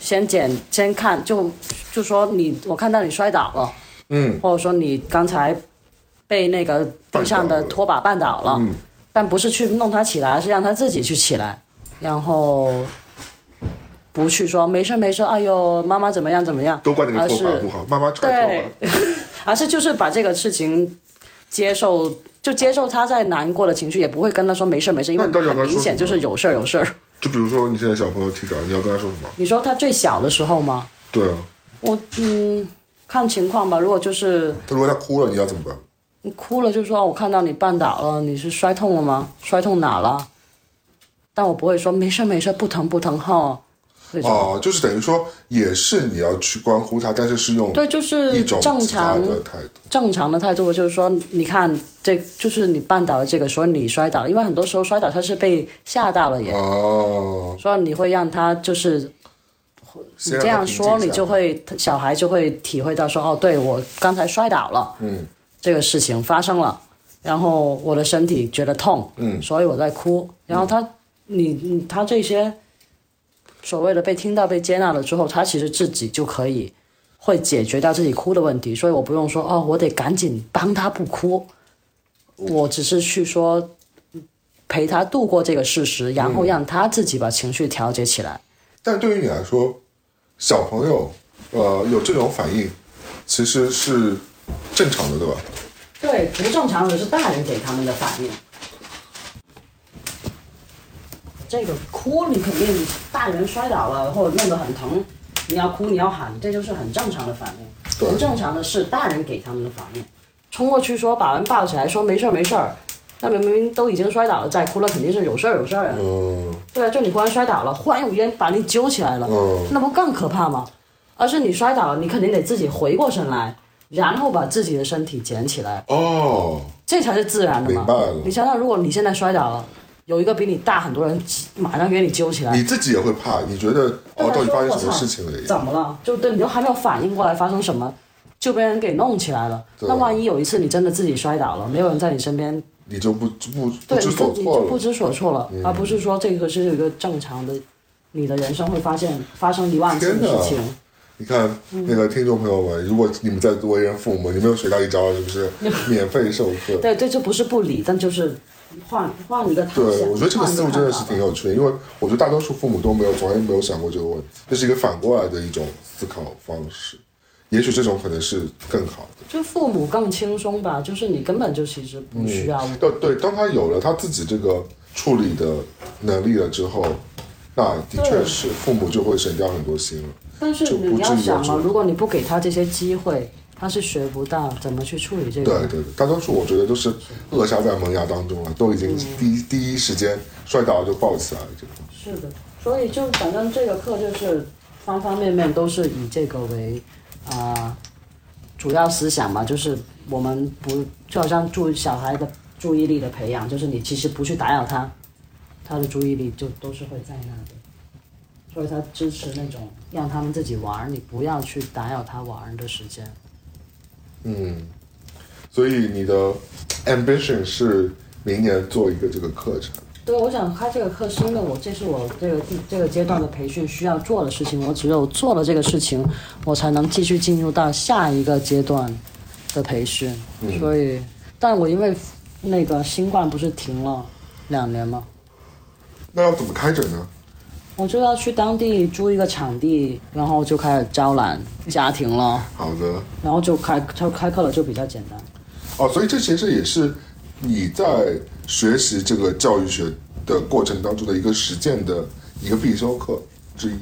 B: 先检先看就就说你我看到你摔倒了，
A: 嗯，
B: 或者说你刚才被那个地上的拖把绊倒了，
A: 嗯
B: 但不是去弄他起来，是让他自己去起来，然后。不去说没事儿没事儿，哎呦，妈妈怎么样怎么样，
A: 都怪那个
B: 而
A: 拖把
B: 啊是
A: 不好，妈妈踹拖
B: 对
A: 把。，
B: 而是就是把这个事情接受，就接受他在难过的情绪，也不会跟他说没事儿没事儿，因为
A: 那你到底要
B: 很
A: 跟他
B: 明
A: 说什
B: 显
A: 么
B: 就是有事儿有事儿。
A: 就比如说你现在小朋友提早，你要跟他说什么？
B: 你说他最小的时候吗？
A: 对啊，
B: 我嗯，看情况吧。如果就是
A: 他如果他哭了，你要怎么办？
B: 你哭了，就说哦我看到你绊倒了，你是摔痛了吗？摔痛哪了？但我不会说没事儿没事儿，不疼不疼哈。这种
A: 哦，就是等于说也是你要去关乎他，但是是用
B: 对，就是
A: 一种
B: 正
A: 其他
B: 常
A: 的态度。
B: 正常的态度就是说，你看，这就是你绊倒了这个，所以你摔倒了。因为很多时候摔倒他是被吓到了也，
A: 哦，
B: 所以你会让他就是你
A: 先
B: 这样
A: 让他平静
B: 说，
A: 一下
B: 你就会小孩就会体会到说，哦，对我刚才摔倒了，
A: 嗯，
B: 这个事情发生了，然后我的身体觉得痛，嗯，所以我在哭。然
A: 嗯
B: 后他，你你他这些所谓的被听到、被接纳了之后，他其实自己就可以会解决掉自己哭的问题，所以我不用说哦，我得赶紧帮他不哭，我只是去说陪他度过这个事实，然
A: 嗯
B: 后让他自己把情绪调节起来。
A: 但对于你来说，小朋友，呃，有这种反应，其实是正常的，对吧？
B: 对，不正常的是大人给他们的反应。这个哭，你肯定大人摔倒了或者弄得很疼，你要哭你要喊，这就是很正常的反应。
A: 对
B: 不正常的是大人给他们的反应，冲过去说把人抱起来说没事儿没事儿，那明明都已经摔倒了再哭了肯定是有事儿有事儿啊。
A: 嗯，
B: 对啊，就你忽然摔倒了，忽然有人把你揪起来了，
A: 嗯
B: 那不更可怕吗？而是你摔倒了，你肯定得自己回过神来，然后把自己的身体捡起来，
A: 哦，
B: 这才是自然的
A: 明
B: 嘛。
A: 白了
B: 你想想，如果你现在摔倒了，有一个比你大很多人马上给你揪起来，
A: 你自己也会怕，你觉得
B: 对
A: 哦，到
B: 他
A: 底
B: 说
A: 发生
B: 我
A: 什么
B: 操
A: 事情了？
B: 怎么了？就对你都还没有反应过来发生什么，就被人给弄起来了。
A: 对
B: 那万一有一次你真的自己摔倒了，没有人在你身边，
A: 你就不不不
B: 对，
A: 知
B: 你
A: 所
B: 就你就
A: 措
B: 不
A: 了。嗯
B: 知所措了，而不是说这个是一个正常的，你的人生会发现发生一万次
A: 天哪
B: 的事情。
A: 你看那个听众朋友们，如果你们在为人父母，你们又学到一招了，是不 是？免费授课。
B: 对对，这不是不理，但就是换换一个
A: 对
B: 看法。，
A: 我觉得这个思路真的是
B: 换一个看法
A: 挺有趣的，因为我觉得大多数父母都没有从来没有想过这个问题，这是一个反过来的一种思考方式。也许这种可能是更好的。
B: 就父母更轻松吧，就是你根本就其实不
A: 嗯
B: 需要。
A: 对对，当他有了他自己这个处理的能力了之后，那的确
B: 对
A: 是父母就会省掉很多心了。
B: 但是
A: 就不
B: 你要
A: 至于
B: 想
A: 有
B: 啊，如果你不给他这些机会，他是学不到怎么去处理这
A: 对
B: 个。
A: 对对，大多数我觉得都是扼杀在萌芽当中了，都已经第一、第一时间摔倒了就抱起来了，这种。
B: 是的，所以就反正这个课就是方方面面都是以这个为啊、主要思想吧，就是我们不就好像注小孩的注意力的培养，就是你其实不去打扰他，他的注意力就都是会在那的。所以他支持那种让他们自己玩儿，你不要去打扰他玩儿的时间。
A: 嗯，所以你的 ambition 是明年做一个这个课程。
B: 对，我想开这个课是因为我这是我这个地这个阶段的培训需要做的事情，我只有做了这个事情，我才能继续进入到下一个阶段的培训。所以，但我因为那个新冠不是停了两年吗？
A: 那要怎么开展呢？
B: 我就要去当地租一个场地，然后就开始招揽家庭了，
A: 好的，
B: 然后就开就开课了，就比较简单。
A: 哦，所以这其实也是你在学习这个教育学的过程当中的一个实践的一个必修课之一。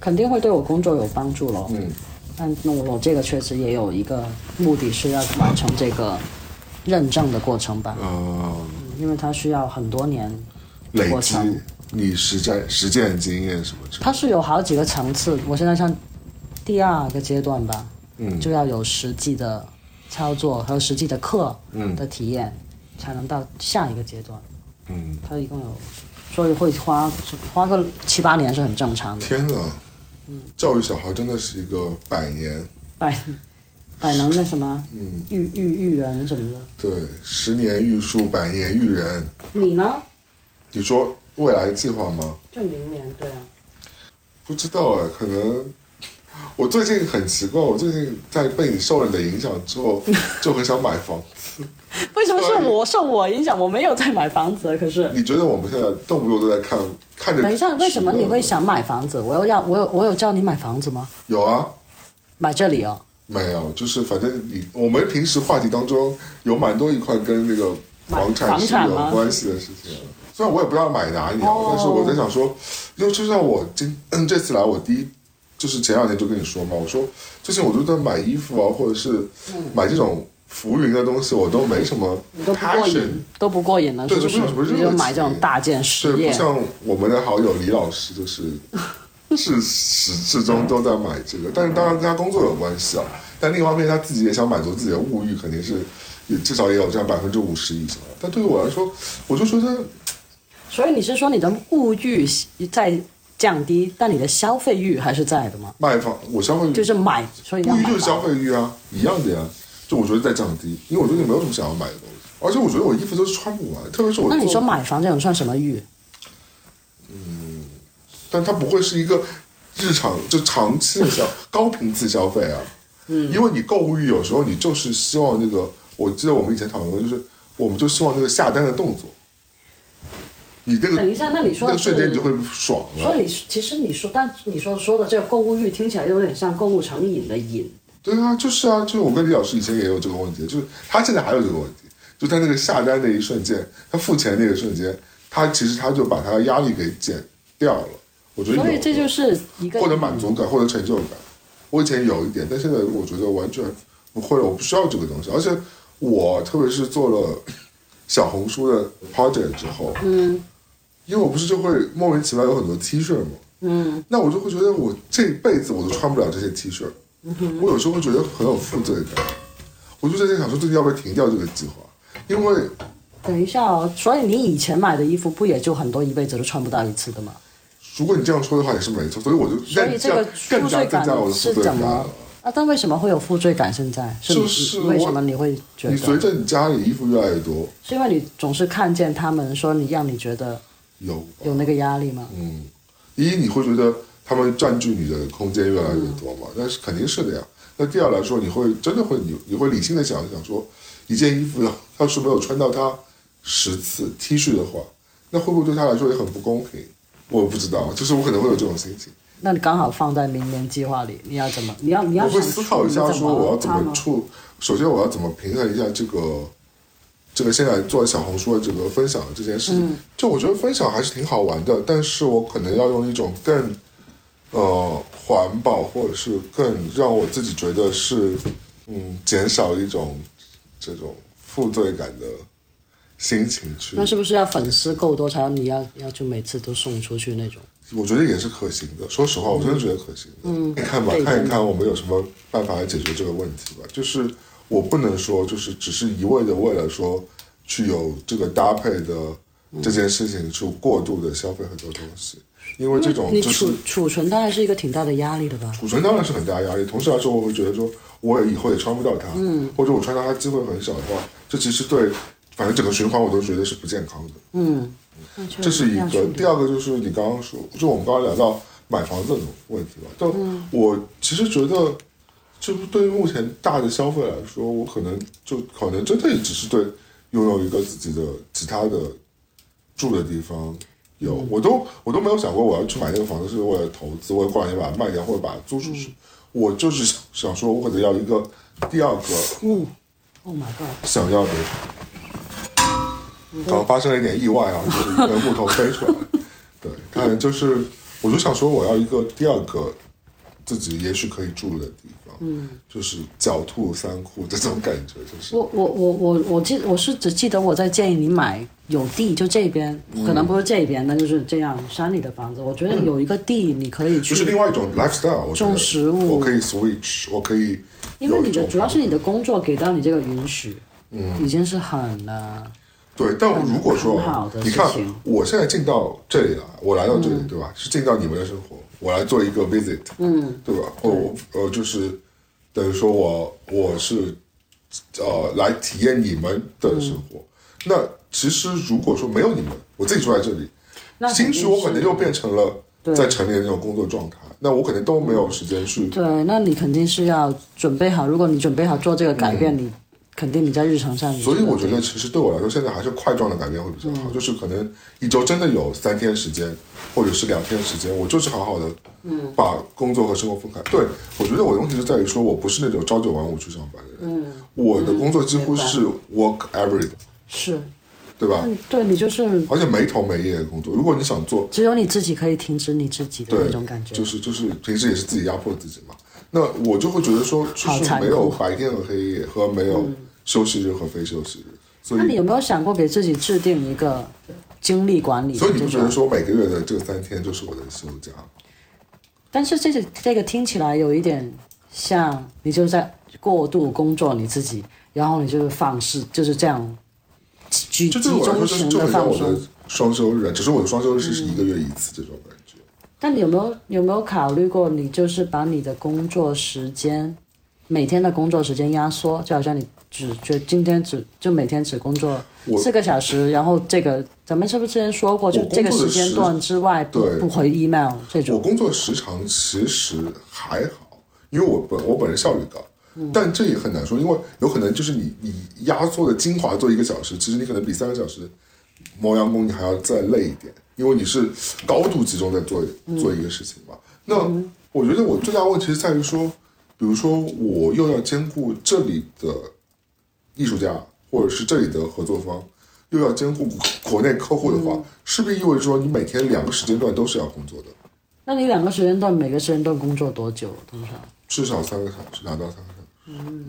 B: 肯定会对我工作有帮助咯。
A: 嗯，
B: 但那我这个确实也有一个目的是要完成这个认证的过程吧，
A: 呃，
B: 因为它需要很多年，
A: 累
B: 过
A: 积
B: 程
A: 你实战实践经验什么之类的。
B: 它是有好几个层次。我现在像第二个阶段吧，
A: 嗯
B: 就要有实际的操作和实际的课
A: 嗯
B: 的体验，才能到下一个阶段。
A: 嗯，
B: 它一共有，所以会花花个七八年是很正常的，
A: 天哪！教育小孩真的是一个百年，
B: 百百能那什么
A: 嗯，
B: 育育育人什么的。
A: 对，十年育树，百年育人。
B: 你呢？
A: 你说未来计划吗？
B: 就明年对啊。
A: 不知道哎，可能我最近很奇怪，我最近在被你受人的影响之 后，就很想买房。
B: 为什么是我受我影响？我没有在买房子，可是
A: 你觉得我们现在动不动都在看看着？
B: 等一下，为什么你会？想买房子？我有要我有我有叫你买房子吗？
A: 有啊，
B: 买这里哦，
A: 没有，就是反正你我们平时话题当中有蛮多一块跟那个房产
B: 房
A: 是
B: 产
A: 有
B: 吗
A: 关系的事情。啊虽然我也不知道买哪里啊，
B: 哦
A: 但是我在想说，就就像我今嗯这次来，我第一就是前两天就跟你说嘛，我说最近我就在买衣服啊，或者是买这种浮云的东西，我都没什么
B: 嗯你都不过
A: passion，
B: 瘾，都不过瘾了，是
A: 对
B: 不
A: 就不是
B: 是？你就买这种大件
A: 是
B: 实
A: 不
B: 业，
A: 像我们的好友李老师，就是 是始至终都在买这个，但是当然跟他工作有关系啊。但另一方面，他自己也想满足自己的物欲，肯定是也至少也有占百分之五十以上。但对于我来说，我就觉得
B: 所以你是说你的物欲在降低，但你的消费欲还是在的吗？
A: 卖房，我消费欲
B: 就是买，所以要
A: 物欲
B: 买
A: 就是
B: 房
A: 消费欲啊，一样的呀。就我觉得在降低，因为我最近没有什么想要买的东西，而且我觉得我衣服都是穿不完，特别是我
B: 那你
A: 做
B: 说买房这种算什么欲？
A: 但它不会是一个日常就长期的消高频次消费啊。嗯，因为你购物欲有时候你就是希望那个，我记得我们以前讨论过，就是我们就希望那个下单的动作，你那个
B: 等一下，那你说
A: 那个
B: 的是
A: 瞬间你就会爽
B: 所
A: 了。
B: 以你其实你说，但你说说的这个购物欲听起来有点像购物成瘾的瘾，
A: 对啊，就是啊，就是我跟李老师以前也有这个问题，就是他现在还有这个问题，就在那个下单那一瞬间，他付钱那个瞬间，他其实他就把他的压力给减掉了。我觉得有
B: 所以这就是一个
A: 或者满足感，或者成就感。我以前有一点，但现在我觉得完全不会了，我不需要这个东西。而且我特别是做了小红书的 project 之后，
B: 嗯
A: 因为我不是就会莫名其妙有很多 T 恤嘛，
B: 嗯。
A: 那我就会觉得我这辈子我都穿不了这些 T 恤，
B: 嗯
A: 我有时候会觉得很有负罪感。我就在想说，最近要不要停掉这个计划？因为
B: 等一下哦，所以你以前买的衣服不也就很多一辈子都穿不到一次的吗？
A: 如果你这样说的话也是没错，所以我就
B: 所以这个
A: 更
B: 负
A: 加
B: 罪
A: 增
B: 感
A: 加我的负
B: 是
A: 罪
B: 怎
A: 感
B: 么
A: 了。
B: 啊，但为什么会有负罪感？现在是你
A: 就是
B: 为什
A: 我
B: 么你会觉
A: 你
B: 得？
A: 随着你家里衣服越来越多，
B: 是因为你总是看见他们说你让你觉得
A: 有
B: 有那个压力吗？
A: 嗯一你会觉得他们占据你的空间越来越多嘛，但是肯定是的呀。那第二来说，你会真的会你你会理性的想一想说，一件衣服要要是没有穿到它十次 T 恤的话，那会不会对他来说也很不公平？我不知道，就是我可能会有这种心情，
B: 那你刚好放在明年计划里，你要怎么？你要你要
A: 我会
B: 想
A: 思考一下
B: 你
A: 说我要怎
B: 怎么
A: 么处。首先我要怎么平衡一下这个这个现在做小红书的这个分享的这件事情。
B: 嗯
A: 就我觉得分享还是挺好玩的，但是我可能要用一种更呃环保，或者是更让我自己觉得是嗯减少一种这种负罪感的心情去
B: 那。是不是要粉丝够多才要你要要就每次都送出去那种？
A: 我觉得也是可行的。说实话，我真的觉得可行的。嗯，看吧
B: 可，以
A: 看一看我们有什么办法来解决这个问题吧。就是我不能说，就是只是一味的为了说去有这个搭配的这件事情去过度的消费很多东西，因为这种
B: 你
A: 就是
B: 储储存当然是一个挺大的压力的吧？
A: 储存当然是很大压力，同时来说，我会觉得说，我也以后也穿不到它，嗯，或者我穿到它机会很少的话，这其实对，反正整个循环我都觉得是不健康的。
B: 嗯，那就
A: 这是一
B: 要处
A: 个。
B: 理
A: 第二个就是你刚刚说，就我们刚刚聊到买房子的问题吧。但我其实觉得，就是对于目前大的消费来说，我可能就可能真的也只是对拥有一个自己的其他的住的地方有，我都我都没有想过我要去买那个房子是为了投资，为了过两年把它卖掉或者把它租出去。我就是想想说，我可能要一个第二个
B: 嗯，Oh my god！
A: 想要的。
B: 嗯
A: 刚刚发生了一点意外 啊，就是一个木头飞出来。对，但就是我就想说，我要一个第二个自己也许可以住的地方，嗯，就是狡兔三窟这种感觉，就是
B: 我我我我我记我是只记得我在建议你买有地，就这边、
A: 嗯
B: 可能不是这边，那就是这样山里的房子。我觉得有一个地你可以去，
A: 就是另外一种 lifestyle。我觉得
B: 种食物
A: 我可以 switch，我可以
B: 因为
A: 有
B: 你
A: 一
B: 的
A: 种
B: 主要是你的工作给到你这个允许，嗯，已经是很了。
A: 对，但如果说啊
B: 很好的
A: 你看
B: 事情，嗯
A: 我现在进到这里来，我来到这里，对吧？是进到你们的生活，我来做一个 visit，嗯，对吧？我我呃，就是等于说我我是呃来体验你们的
B: 嗯
A: 生活。那其实如果说没有你们，我自己住在这里，
B: 那肯
A: 兴
B: 定
A: 许我可能
B: 是
A: 又变成了在城里的那种工作状态，那我可能都没有时间去
B: 对，那你肯定是要准备好。如果你准备好做这个改变，你肯定你在日常上你
A: 嗯所以
B: 是
A: 我觉得，其实对我来说，现在还是块状的改变会比较
B: 嗯
A: 好。就是可能一周真的有三天时间，或者是两天时间，我就是好好的，嗯，把工作和生活分开。对我觉得我的问题就在于说，我不是那种朝九晚五去上班的人，嗯，我的工作几乎是 work every，day，
B: 是，
A: 对吧？
B: 嗯对你就是
A: 而且没头没夜的工作。如果你想做，
B: 只有你自己可以停止你自己的
A: 对，
B: 那种感觉
A: 就。是就是平时也是自己压迫自己嘛。那我就会觉得说，就
B: 好
A: 是
B: 残
A: 没有
B: 酷嗯
A: 白天和黑夜，和没有休息日和非休息日，所以
B: 那你有没有想过给自己制定一个精力管理
A: 所以你
B: 这
A: 不觉得
B: 种？
A: 说每个月的这三天就是我的休假吗？
B: 但是这个这个听起来有一点像你就在过度工作你自己，然后你就是放肆，就是这样集
A: 就
B: 集
A: 对我来说，就
B: 中
A: 是
B: 型
A: 就
B: 的
A: 很像
B: 放
A: 我
B: 松
A: 的。双休日，只是我的双休日是一个月一次这种感觉。
B: 但你有没有有没有考虑过，你就是把你的工作时间，每天的工作时间压缩，就好像你只就今天只就每天只工作
A: 我
B: 四个小时，然后这个咱们是不是之前说过，就
A: 我工
B: 这个
A: 作
B: 时
A: 的
B: 间
A: 时
B: 段之外不
A: 对
B: 不回 email 这
A: 我
B: 种？
A: 工作时长其实还好，因为我本我本人效率高，
B: 嗯
A: 但这也很难说，因为有可能就是你你压缩的精华做一个小时，其实你可能比三个小时嗯磨洋工你还要再累一点，因为你是高度集中在做做一个事情嘛。
B: 嗯
A: 那我觉得我最大问题是在于说，比如说我又要兼顾这里的艺术家或者是这里的合作方，又要兼顾国内客户的
B: 嗯
A: 话，势必意味着说你每天两个时间段都是要工作的。
B: 那你两个时间段每个时间段工作多久？通常
A: 至少三个小时，两到三个小时。嗯，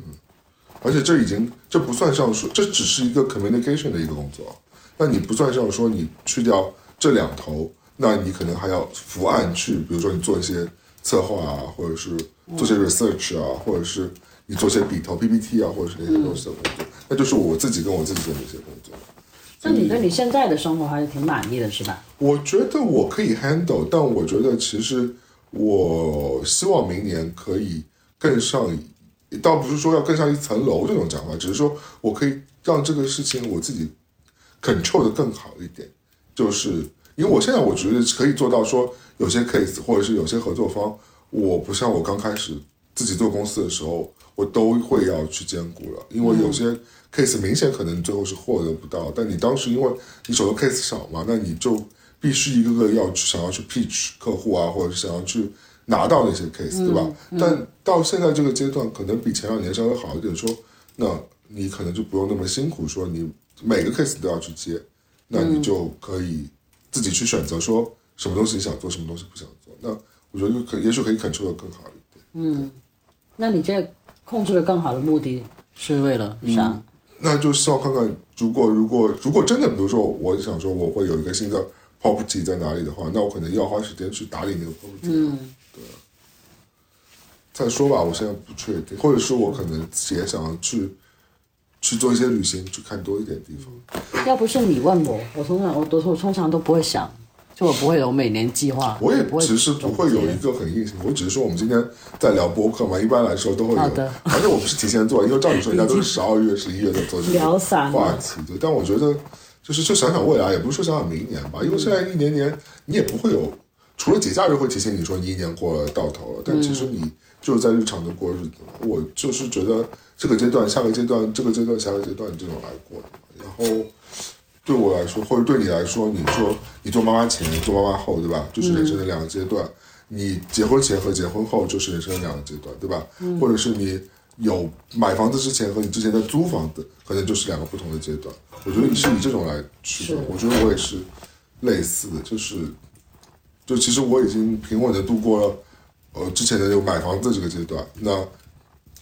A: 而且这已经这不算上说，这只是一个 communication 的一个工作，啊那你不算上说你去掉这两头，那你可能还要伏案去，比如说你做一些策划啊，或者是做些 research 啊，或者是你做些笔头 PPT 啊，或者是那些东西的工作，那就是我自己跟我自己做的一些工作。
B: 那你对你现在的生活还是挺满意的，是吧？
A: 我觉得我可以 handle，但我觉得其实我希望明年可以更上一，倒不是说要更上一层楼这种讲法，只是说我可以让这个事情我自己 control 的更好一点，就是因为我现在我觉得可以做到说，有些 case 或者是有些合作方，我不像我刚开始自己做公司的时候，我都会要去兼顾了，因为有些 case 明显可能最后是获得不到，但你当时因为你手头 case 少嘛，那你就必须一个个要去想要去 pitch 客户啊，或者是想要去拿到那些 case，、对吧？但到现在这个阶段，可能比前两年稍微好一点说，那你可能就不用那么辛苦，说你每个 case 都要去接，那你就可以自己去选择说什么东西你想做，什么东西不想做。那我觉得就可也许可以 control 的更好一点。
B: 那你这控制的更好的目的是为了啥？
A: 那就希望看看，如果如果如果真的，比如说我想说我会有一个新的 property 在哪里的话，那我可能要花时间去打理那个 property。嗯，对。再说吧，我现在不确定，或者说我可能也想要去去做一些旅行，去看多一点地方。
B: 要不是你问我，我通常我都我通常都不会想，就我不会有每年计划，
A: 我也
B: 啊不会
A: 只是不会有一个很硬性，我只是说我们今天在聊播客嘛，一般来说都会
B: 好
A: 有
B: 的。
A: 反正我不是提前做，因为照理说人家都是十二月、十一月在做这
B: 聊
A: 个
B: 散了
A: 话题的，但我觉得就是就想想未来，也不是说想想明年吧，因为现在一年年你也不会有，除了节假日会提醒你说你一年过到头了，但其
B: 嗯
A: 实你就是在日常的过日子嘛。我就是觉得这个阶段、下个阶段、这个阶段、下个阶段这种来过的嘛，然后。对我来说，或者对你来说，你说你做妈妈前，做妈妈后，对吧？就是人生的两个阶段。你结婚前和结婚后就是人生的两个阶段，对吧？或者是你有买房子之前和你之前在租房子，可能就是两个不同的阶段。我觉得你是以这种来去的，我觉得我也是类似的，就是就其实我已经平稳的度过了呃之前的有买房子这个阶段，那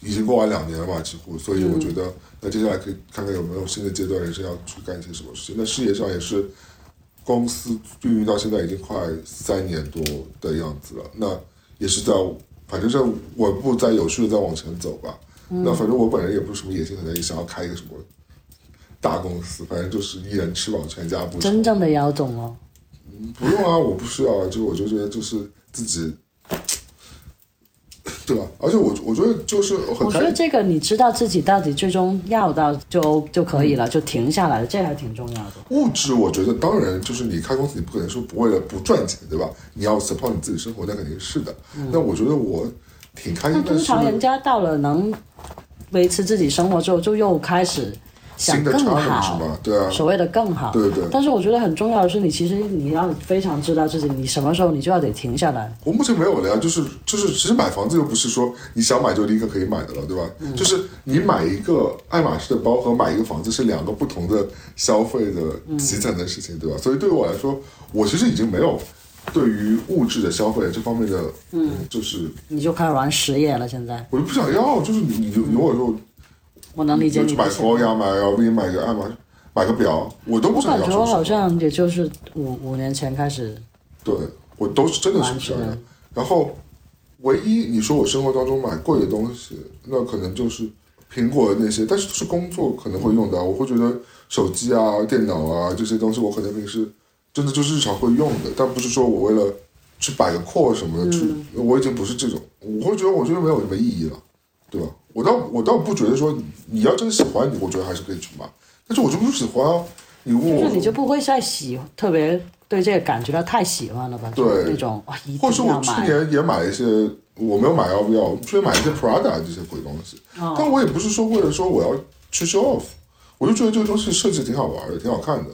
A: 已经过完两年了嘛，几乎，所以我觉得、那接下来可以看看有没有新的阶段人生要去干一些什么事情。那事业上也是公司运营到现在已经快三年多的样子了，那也是在反正是稳步在有序的在往前走吧。那反正我本人也不是什么野心很大，也想要开一个什么大公司，反正就是一人吃饱全家不愁。
B: 真正的姚总哦。
A: 不用啊，我不需要啊，就是我就觉得就是自己，对吧？而且我我觉得就是很
B: 我觉
A: 开
B: 得这个你知道自己到底最终要到就就可以了，
A: 嗯
B: 就停下来了，这还挺重要的。
A: 物质，我觉得当然就是你开公司，你不可能说不为了不赚钱，对吧？你要 support 你自己生活，那肯定是的。那我觉得我挺开心
B: 但
A: 的
B: 嗯通
A: 是
B: 常人家到了能维持自己生活之后，就又开始想
A: 新的
B: 更
A: challenge
B: 好，
A: 嘛，对啊，
B: 所谓的更好。
A: 对对
B: 但是我觉得很重要的是，你其实你要非常知道自己，你什么时候你就要得停下来。
A: 我目前没有了呀，就是就是，其实买房子又不是说你想买就立刻可以买的了，对吧？
B: 嗯
A: 就是你买一个爱马仕的包和买一个房子是两个不同的消费
B: 嗯
A: 的基层的事情，对吧？所以对我来说，我其实已经没有对于物质的消费这方面的，嗯，就是
B: 你就开始玩实业了，现在
A: 我就不想要，就是你你就如果说
B: 我能理解
A: 就
B: 你
A: 去嗯
B: 的
A: 买
B: 想
A: 个
B: 法
A: 欧亚买 LV 买个爱马仕买个表，我都不
B: 我
A: 想
B: 感
A: 要
B: 觉
A: 说
B: 我
A: 实话。
B: 好像也就是五五年前开始，
A: 对我都是真的是
B: 完
A: 不想
B: 全
A: 要。然后，唯一你说我生活当中买贵的东西，那可能就是苹果的那些，但是都是工作可能会用啊到。我会觉得手机啊、电脑啊这些东西，我可能平时真的就是日常会用的，但不是说我为了去摆个阔什么的去，
B: 嗯
A: 我已经不是这种，我会觉得我觉得没有什么意义了，对吧？我倒我倒不觉得说你你要真喜欢你，我觉得还是可以去买，但是我就不喜欢啊。你问我
B: 那，你就不会再喜特别对这个感觉到太喜欢了吧？
A: 对
B: 就那种哇、一
A: 或者是
B: 定
A: 我
B: 要
A: 去
B: 买。
A: 年也买了一些，我没有买 LV 啊，我去年买了一些 Prada 这些鬼东西，但我也不是说为了说我要去 show off，我就觉得这个东西设计挺好玩的，挺好看的，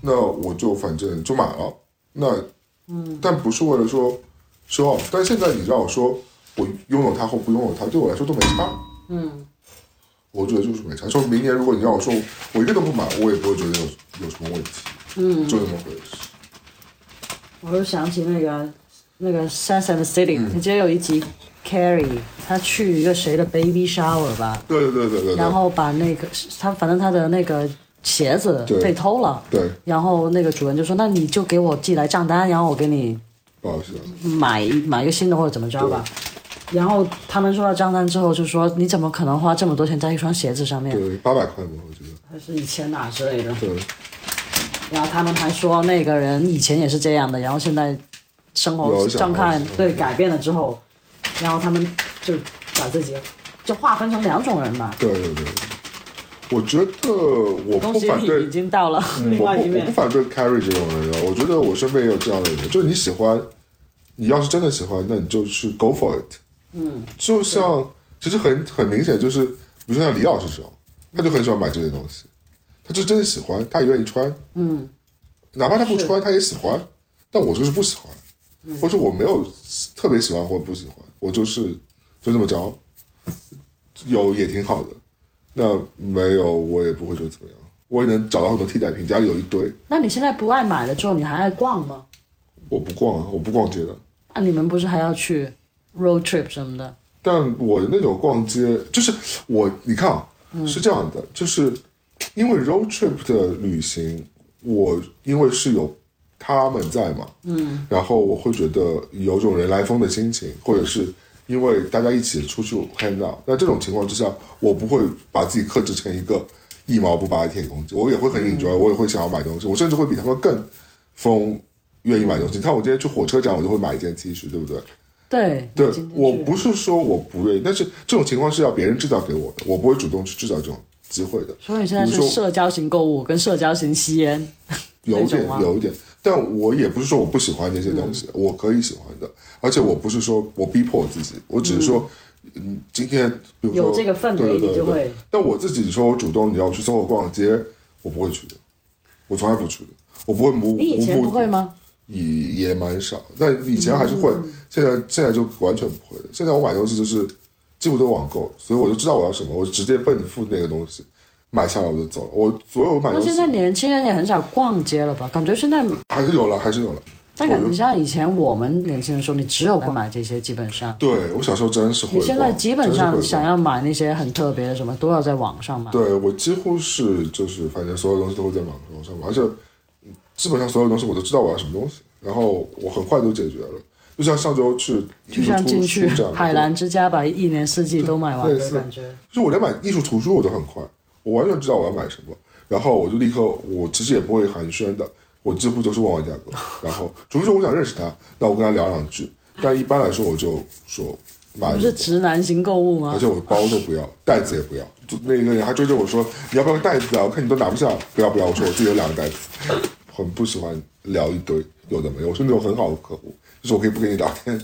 A: 那我就反正就买了，那嗯，但不是为了说 show off，但现在你让我说我拥有它或不拥有它，对我来说都没差，嗯。我觉得就是没差。说明年如果你让我说我一个都不买，我也不会觉得有有什么问题。嗯，就这么回事。
B: 我又想起那个那个《Sex and the City》，你
A: 嗯
B: 记得有一集 Carrie 她去一个谁的 baby shower 吧，
A: 对对对对对对
B: 然后把那个她反正她的那个鞋子
A: 对
B: 被偷了，
A: 对，
B: 然后那个主人就说：“那你就给我寄来账单，然后我给你
A: 不好意思啊。
B: 买买一个新的或者怎么着吧。”然后他们收到账单之后就说：“你怎么可能花这么多钱在一双鞋子上面？
A: 对，八百块吧，我觉得。
B: 还是一千哪之类的。”
A: 对，
B: 然后他们还说那个人以前也是这样的，然后现在生活
A: 有小孩
B: 状况
A: 子
B: 对改变了之后，然后他们就把自己就划分成两种人嘛。
A: 对对对，我觉得我
B: 恭
A: 不
B: 喜
A: 反
B: 你
A: 对嗯
B: 已，经到了
A: 我
B: 另
A: 不
B: 外一
A: 我不
B: 面。
A: 反对 carry 这种人的，我觉得我身边也有这样的人，就是你喜欢，你要是真的喜欢，那你就去 go for it。嗯，就像其实很很明显，就是比如说像李老师这种，他就很喜欢买这些东西，他就真的喜欢，他也愿意穿。嗯，哪怕他不穿，他也喜欢。但我就是不喜欢，
B: 嗯
A: 或者我没有特别喜欢或不喜欢，我就是就这么着，有也挺好的。那没有，我也不会觉得怎么样。我也能找到很多替代品，家里有一堆。
B: 那你现在不爱买了之后，你还爱逛吗？
A: 我不逛啊，我不逛街的。
B: 啊，你们不是还要去 road trip 什么的？
A: 但我的那种逛街，就是我，你看啊，是这样的，就是因为 road trip 的旅行，我因为是有他们在嘛，嗯，然后我会觉得有种人来疯的心情，或者是因为大家一起出去 hang out，那这种情况之下，我不会把自己克制成一个一毛不拔的铁公鸡，我也会很 enjoy，、我也会想要买东西，我甚至会比他们更疯，愿意买东西。你看我今天去火车站，我就会买一件 T 恤，对不对？
B: 对，
A: 对
B: 你今，天
A: 我
B: 去
A: 不是说我不愿意，但是这种情况是要别人制造给我的，我不会主动去制造这种机会的。
B: 所以现在
A: 比
B: 是
A: 如说
B: 社交型购物跟社交型吸烟。
A: 有
B: 那
A: 点
B: 种吗嗯
A: 有一点，但我也不是说我不喜欢这些东西，我可以喜欢的，而且我不是说我逼迫我自己，我只是说，嗯，今天比如说
B: 有这个氛围
A: 对对对
B: 你就
A: 对
B: 会
A: 但我自己说我主动你要我去搜我逛街，我不会去的，我从来不去的，我不会无
B: 你以前
A: 无
B: 不会吗？嗯
A: 也也蛮少，但以前还是会，现在现在就完全不会了。现在我买东西就是几乎都网购，所以我就知道我要什么，我直接奔付那个东西，买下来我就走了。我所有买
B: 那
A: 东西
B: 现在年轻人也很少逛街了吧？感觉现在，
A: 还是有了，还是有了。
B: 但感觉像以前我们年轻的时候，你只有买这些，基本上。
A: 对我小时候真是会
B: 你
A: 逛，
B: 现在基本上
A: 真是
B: 想
A: 会逛
B: 要买那些很特别的什么，都要在网上买。
A: 对我几乎是就是反正所有东西都会在网络上买，而且基本上所有东西我都知道我要什么东西，然后我很快就解决了。就像上周去艺
B: 就
A: 术
B: 像
A: 图
B: 进去
A: 书展，
B: 海澜之家把一年四季都买完
A: 对
B: 的
A: 是
B: 感觉。
A: 就是我连买艺术图书我都很快，我完全知道我要买什么，然后我就立刻，我其实也不会寒暄的，我几乎就是问完价格，然后除非说我想认识他，那我跟他聊两句，但一般来说我就说买
B: 不
A: 一个
B: 是，直男型购物
A: 而
B: 吗
A: 且？我包都不要，袋子也不要，就那个人还追着我说你要不要个袋子啊？我看你都拿不下，不要不要，我说我自己有两个袋子，很不喜欢聊一堆有的没有，我是那种很好的客户，就是我可以不跟你聊天，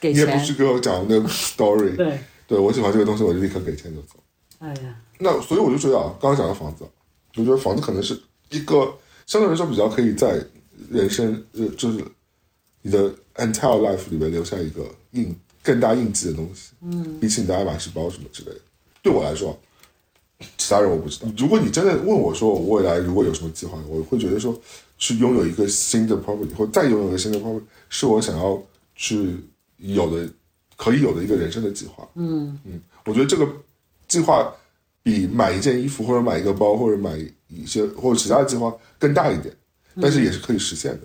B: 给
A: 你也不
B: 钱
A: 去。给我讲 那个 story，
B: 对，
A: 对我喜欢这个东西我就立刻给钱就走。
B: 哎呀，
A: 那所以我就觉得啊，刚刚讲到房子，我觉得房子可能是一个相对来说比较可以在人生呃，就是你的 entire life 里面留下一个印更大印记的东西。嗯，比起你的爱马仕包什么之类的，对我来说，啊其他人我不知道。如果你真的问我说我未来如果有什么计划，我会觉得说去拥有一个新的 property 或再拥有一个新的 property 是我想要去有的可以有的一个人生的计划。嗯嗯，我觉得这个计划。比买一件衣服或者买一个包或者买一些或者其他的计划更大一点，但是也是可以实现的。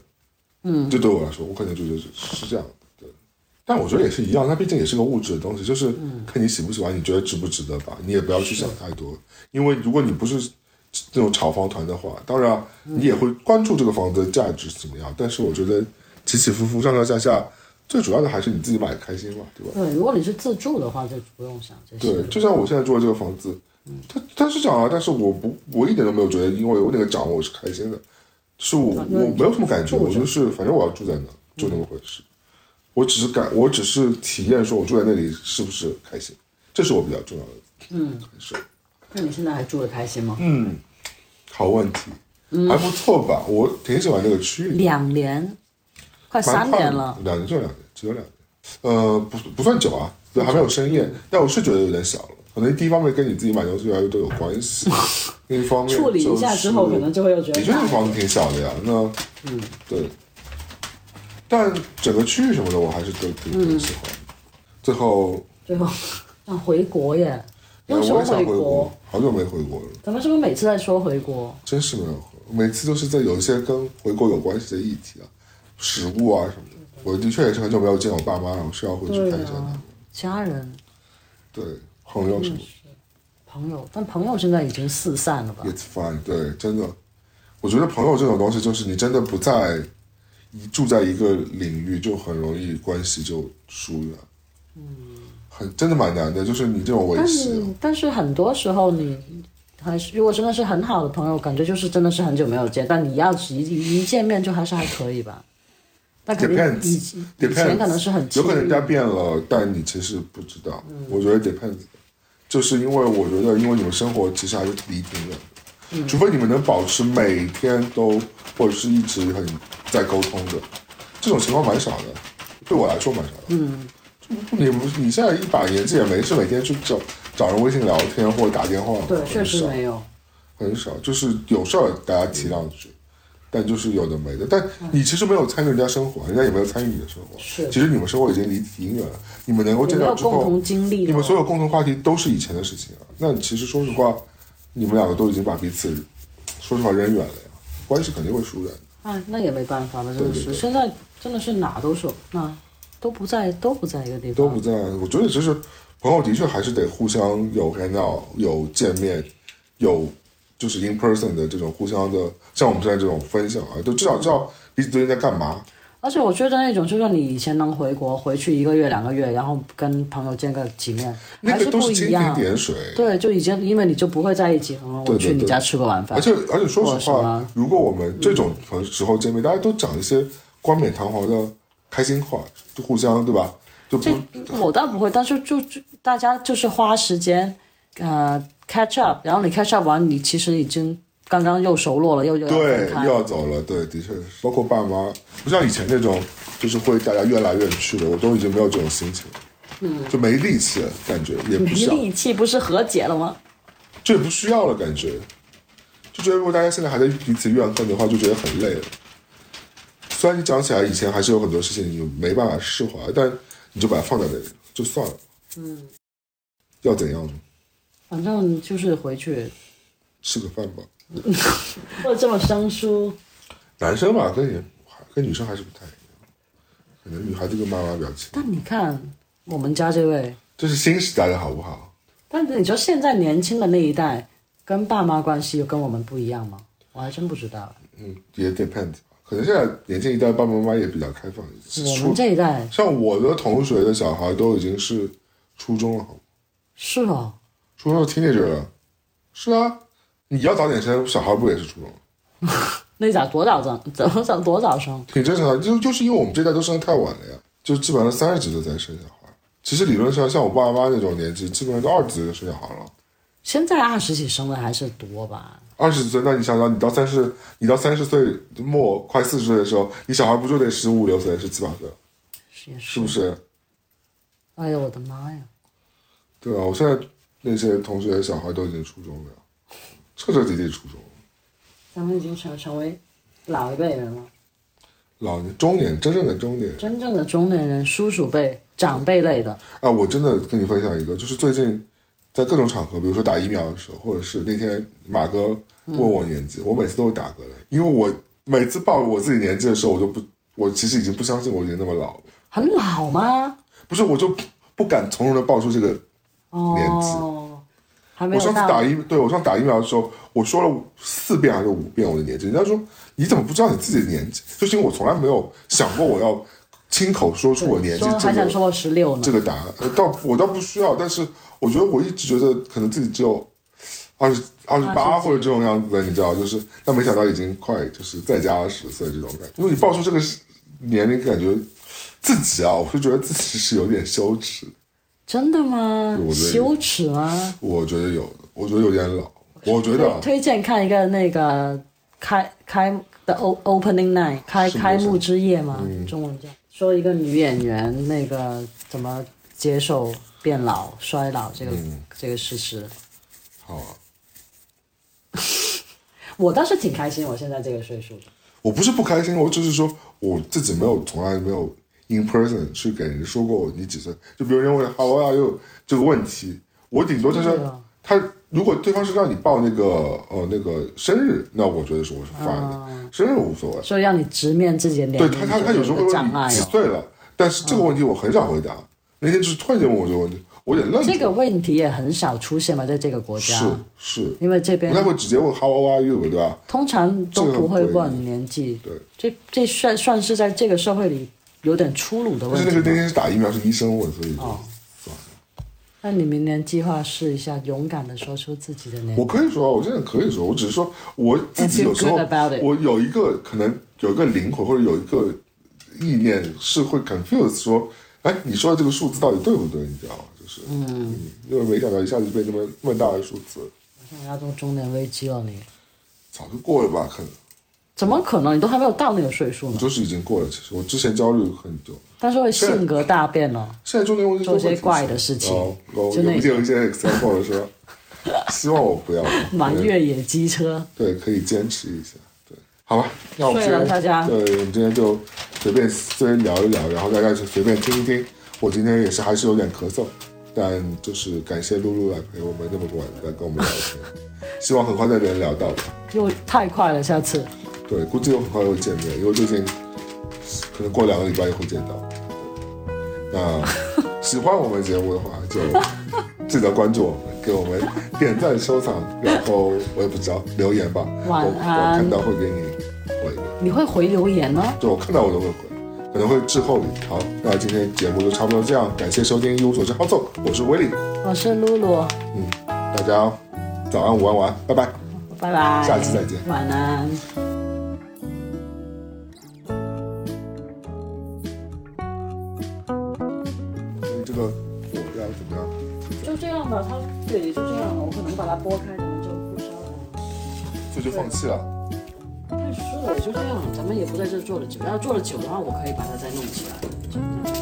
A: 嗯，这对我来说，我可能就觉得是是这样的。对，但我觉得也是一样，它毕竟也是个物质的东西，就是看你喜不喜欢，你觉得值不值得吧。你也不要去想太多，因为如果你不是那种炒房团的话，当然你也会关注这个房子的价值是怎么样。但是我觉得起起伏伏、上上下下，最主要的还是你自己买的开心嘛，对吧？
B: 对，如果你是自助的话，就不用想这些。
A: 对，就像我现在住的这个房子，它它是涨了，但是我不，我一点都没有觉得，因为有那个涨我是开心的，是我
B: 因为
A: 我没有什么感觉，
B: 住
A: 我
B: 着
A: 就是反正我要住在那，就那么回事。我只是感，我只是体验说我住在那里是不是开心，这是我比较重要的嗯感受。
B: 那你现在还住得开心吗？
A: 嗯好问题，还不错吧？我挺喜欢这个区域，
B: 两年，快
A: 蛮
B: 三
A: 快
B: 年
A: 的
B: 了。，
A: 两年就两年，只有两年，呃，不不算久啊，对，还没有深夜，但我是觉得有点小了。可能第一方面跟你自己买东西越来越多有关 系，另一方面
B: 处理一下之后，
A: 就是
B: 可能就会又觉得哎
A: 的确，这房子挺小的呀。那，嗯，对。但整个区域什么的，我还是都挺挺喜欢的。
B: 嗯
A: 最后，
B: 最后 想回国耶。
A: 哎
B: 又
A: 我
B: 说
A: 也想回
B: 国，，
A: 好久没回国了，
B: 咱们是不是每次在说回国？
A: 真是没有回。每次都是在有一些跟回国有关系的议题啊，食物啊什么的。我的确也是很久没有见我爸妈了，我是要回去
B: 对
A: 看一下他们
B: 啊。，家人、
A: 对，嗯朋友什么的
B: 朋友，但朋友现在已经四散了吧？
A: ，it's fine。对，真的，我觉得朋友这种东西，就是你真的不在一住在一个领域，就很容易关系就疏远。嗯，很真的蛮难的，就是啊你这种维
B: 但
A: 系
B: 是，但是很多时候你还是如果真的是很好的朋友，感觉就是真的是很久没有见，但你要是一一见面就还是还可以吧。但肯定
A: Depends
B: 以前以
A: depends，
B: 前可能是很嗯
A: 有可能
B: 亲
A: 人
B: 密
A: 家变了，但你其实不知道。我觉得 depends，就是因为我觉得，因为你们生活其实还是离挺远的，
B: 嗯
A: 除非你们能保持每天都或者是一直很在沟通的，这种情况蛮少的，对我来说蛮少的。嗯，你不你现在一把年纪也没事，每天去找找人微信聊天或者打电话，
B: 对，
A: 很
B: 确实
A: 少
B: 没有。
A: 很少，就是有事儿大家提
B: 嗯
A: 两句，但就是有的没的。但你其实没有参与人家生活，人家也没有参与你的生活。
B: 是
A: 其实你们生活已经离挺远了，你们能够
B: 也
A: 见
B: 没
A: 到
B: 有
A: 之
B: 共
A: 后
B: 同，经历
A: 你们
B: 了。
A: 所有共同话题都是以前的事情了。那其实说实话，你们两个都已经把彼此，说实话扔远了呀，关系肯定会疏远。
B: 哎，那也没办法了，真
A: 对
B: 的
A: 对
B: 是。
A: 对
B: 现在真的是哪都是哪都不在，都不在一个地
A: 都
B: 方
A: 不。在，我觉得其实朋友的确还是得互相有 hang out，有见面，有就是 in person 的这种互相的，像我们现在这种分享啊，就至少知道彼此最近在干嘛。
B: 而且我觉得那种，就算你以前能回国回去一个月、两个月，然后跟朋友见个几面，
A: 那
B: 还
A: 个
B: 是
A: 都
B: 不
A: 是蜻
B: 一
A: 蜓
B: 样。
A: 点水。
B: 对，就已经因为你就不会在一起了。我
A: 对对
B: 去你
A: 对
B: 家吃个晚饭
A: 而，且而且说
B: 或
A: 实
B: 什
A: 话
B: 么，嗯
A: 如果我们这种时候见面，大家都讲一些冠冕堂皇的开心话，就互相对吧？就不
B: 这我倒不会，但是就就大家就是花时间，呃，catch up，然后你 catch up 完，你其实已经刚刚又熟络了，又又要
A: 对
B: 分，开
A: 又要走了，对，的确是，包括爸妈，不像以前那种，就是会大家越来越去的，我都已经没有这种心情，嗯，就没力气了，感觉也不
B: 没
A: 想，
B: 力气，不是和解了吗？
A: 就也不需要了，感觉，就觉得如果大家现在还在彼此怨恨的话，就觉得很累了。虽然你讲起来以前还是有很多事情你没办法释怀，但你就把它放在那里就算了，嗯，要怎样呢？
B: 反正就是回去，
A: 吃个饭吧，
B: 或者这么生疏，
A: 男生吧跟也跟女生还是不太一样，可能女孩子跟妈妈比较亲。
B: 但你看我们家这位，
A: 这是新时代的好不好？
B: 但是你说现在年轻的那一代跟爸妈关系又跟我们不一样吗？我还真不知道。
A: 嗯，也 depends，可能现在年轻一代爸爸妈妈也比较开放一些。
B: 我们这一代
A: 像我的同学的小孩都已经是初中了，好吗
B: 是哦，
A: 初中的 teenager 了。是啊，你要早点生，小孩不也是初中？
B: 那咋多早生，多早多早生？
A: 挺正常的，就就是因为我们这代都生的太晚了呀，就基本上三十几岁才生小孩。其实理论上，像我爸妈那种年纪，基本上都二十几岁就生小孩了。
B: 现在二十几生的还是多吧？
A: 二十几岁，那你想想，你到三十，你到三十岁末快四十岁的时候，你小孩不就得十五六岁、十七八岁了，
B: 是也
A: 是
B: 是
A: 不。是？
B: 哎呦我的妈呀！
A: 对啊，我现在那些同学的小孩都已经初中了，彻彻底底初中了，
B: 咱们已经成成为老一辈人了，
A: 老年中年，真正的中年
B: 真正的中年人、叔叔辈、长辈类的。
A: 啊！我真的跟你分享一个，就是最近在各种场合，比如说打疫苗的时候，或者是那天马哥问我年纪，我每次都会打嗝的，因为我每次报我自己年纪的时候，我就不，我其实已经不相信我已经那么老了，
B: 很老吗？
A: 不是，我就不敢从容的报出这个年
B: 哦，还没
A: 我上
B: 有
A: 次打
B: 到。
A: 疫，对我上次打疫苗的时候，我说了四遍还是五遍我的年纪，人家说你怎么不知道你自己的年纪？就是因为我从来没有想过我要亲口说出我年纪
B: 说
A: 这
B: 还想
A: 个
B: 说我十六呢
A: 这，个答案，呃倒我倒不需要，但是我觉得我一直觉得可能自己只有二十二十八或者这种样子的，你知道，就是但没想到已经快就是再加十岁这种感觉，因为你报出这个年龄，感觉自己啊，我是觉得自己是有点羞耻的。
B: 真的吗
A: 对？我觉得
B: 羞耻吗？
A: 我觉得有，我觉得有点老，我觉得啊
B: 推推荐看一个那个开开的 O Opening Night 开
A: 是吗嗯
B: 开幕之夜嘛，中文叫说一个女演员那个怎么接受变老衰老这个、这个事实。
A: 嗯好啊。
B: 我倒是挺开心，我现在这个岁数的。
A: 我不是不开心，我只是说我自己没有从来没有 in person 去给人说过你几岁。就比如人问 How old are you 这个问题，我顶多就是
B: 对啊
A: 他如果对方是让你报那个呃那个生日，那我觉得是我是 fine
B: 啊
A: 的，生日我无所谓。
B: 所以让你直面自己的年
A: 对
B: 龄，
A: 他他他有时候会
B: 这个
A: 问
B: 障
A: 你
B: 碍嗯
A: 几
B: 哦。
A: 岁了，但是这个问题我很少回答。那天就是突然间问我这个问题，我有点愣住。
B: 这个问题也很少出现吧，在这个国家，
A: 是是，
B: 因为这边
A: 不太会直接问 How old are you 对吧？
B: 通常都
A: 这个
B: 不会
A: 很诡
B: 问年纪，
A: 对，
B: 这这算算是在这个社会里有点出路的
A: 但
B: 问
A: 是那
B: 题
A: 个
B: 吗。
A: 那天是打疫苗是医生问，所以就
B: 哦
A: 算了。
B: 那你明年计划试一下，勇敢的说出自己的年
A: 我
B: 龄。
A: 可以说啊，我现在可以说，我只是说我自己有时候
B: And feel 嗯 good about it.
A: 我有一个可能有一个灵魂或者有一个意念是会 confuse 说，哎，你说的这个数字到底对不对？你知道吗？就是嗯，因为没想到一下子就被那么那么大的数字，
B: 现在要中中年危机哦了你，
A: 早就过了吧？可能
B: 怎么可能？你都还没有到那个岁数呢，
A: 就是已经过了。其实我之前焦虑很久，
B: 但是会性格大变哦了。
A: 现在中年危机
B: 做
A: 都会
B: 些
A: 出
B: 怪
A: 现
B: 的事情
A: 哦，我
B: 就那
A: 有一些有一些 example 是吧？ 希望我不 要吧
B: 玩
A: 对
B: 越野机车，
A: 对，可以坚持一下。对，好吧，那我们今
B: 睡了
A: 天
B: 大家
A: 对，我们今天就随便随便聊一聊，然后大家就随便听一听。我今天也是还是有点咳嗽，但就是感谢露露来陪我们那么晚来跟我们聊天，希望很快再能聊到吧。
B: 又太快了，下次
A: 对，估计我很快会见面，因为最近可能过两个礼拜也会见到。 那喜欢我们节目的话，就记得关注我们，给我们点赞、收藏，然后我也不知道留言吧。
B: 晚
A: 我我
B: 安
A: 看到会给你回的，
B: 你会回留言哦呢、
A: 就我看到我都会回，可能会滞后一点。好，那今天节目就差不多这样，感谢收听《一无所知好纵》，我是威力，
B: 我是露露，
A: 嗯，大家早安、午安、晚安，拜拜。
B: 拜拜，
A: 下次再见
B: 晚安。
A: 所嗯以这个火要怎么样？
B: 就这样吧，它对，就这样了。我可能把它拨开，咱们就不烧了。
A: 所以就放弃了。
B: 太湿了，就这样。咱们也不在这坐的久，要坐的久的话，我可以把它再弄起来。就这样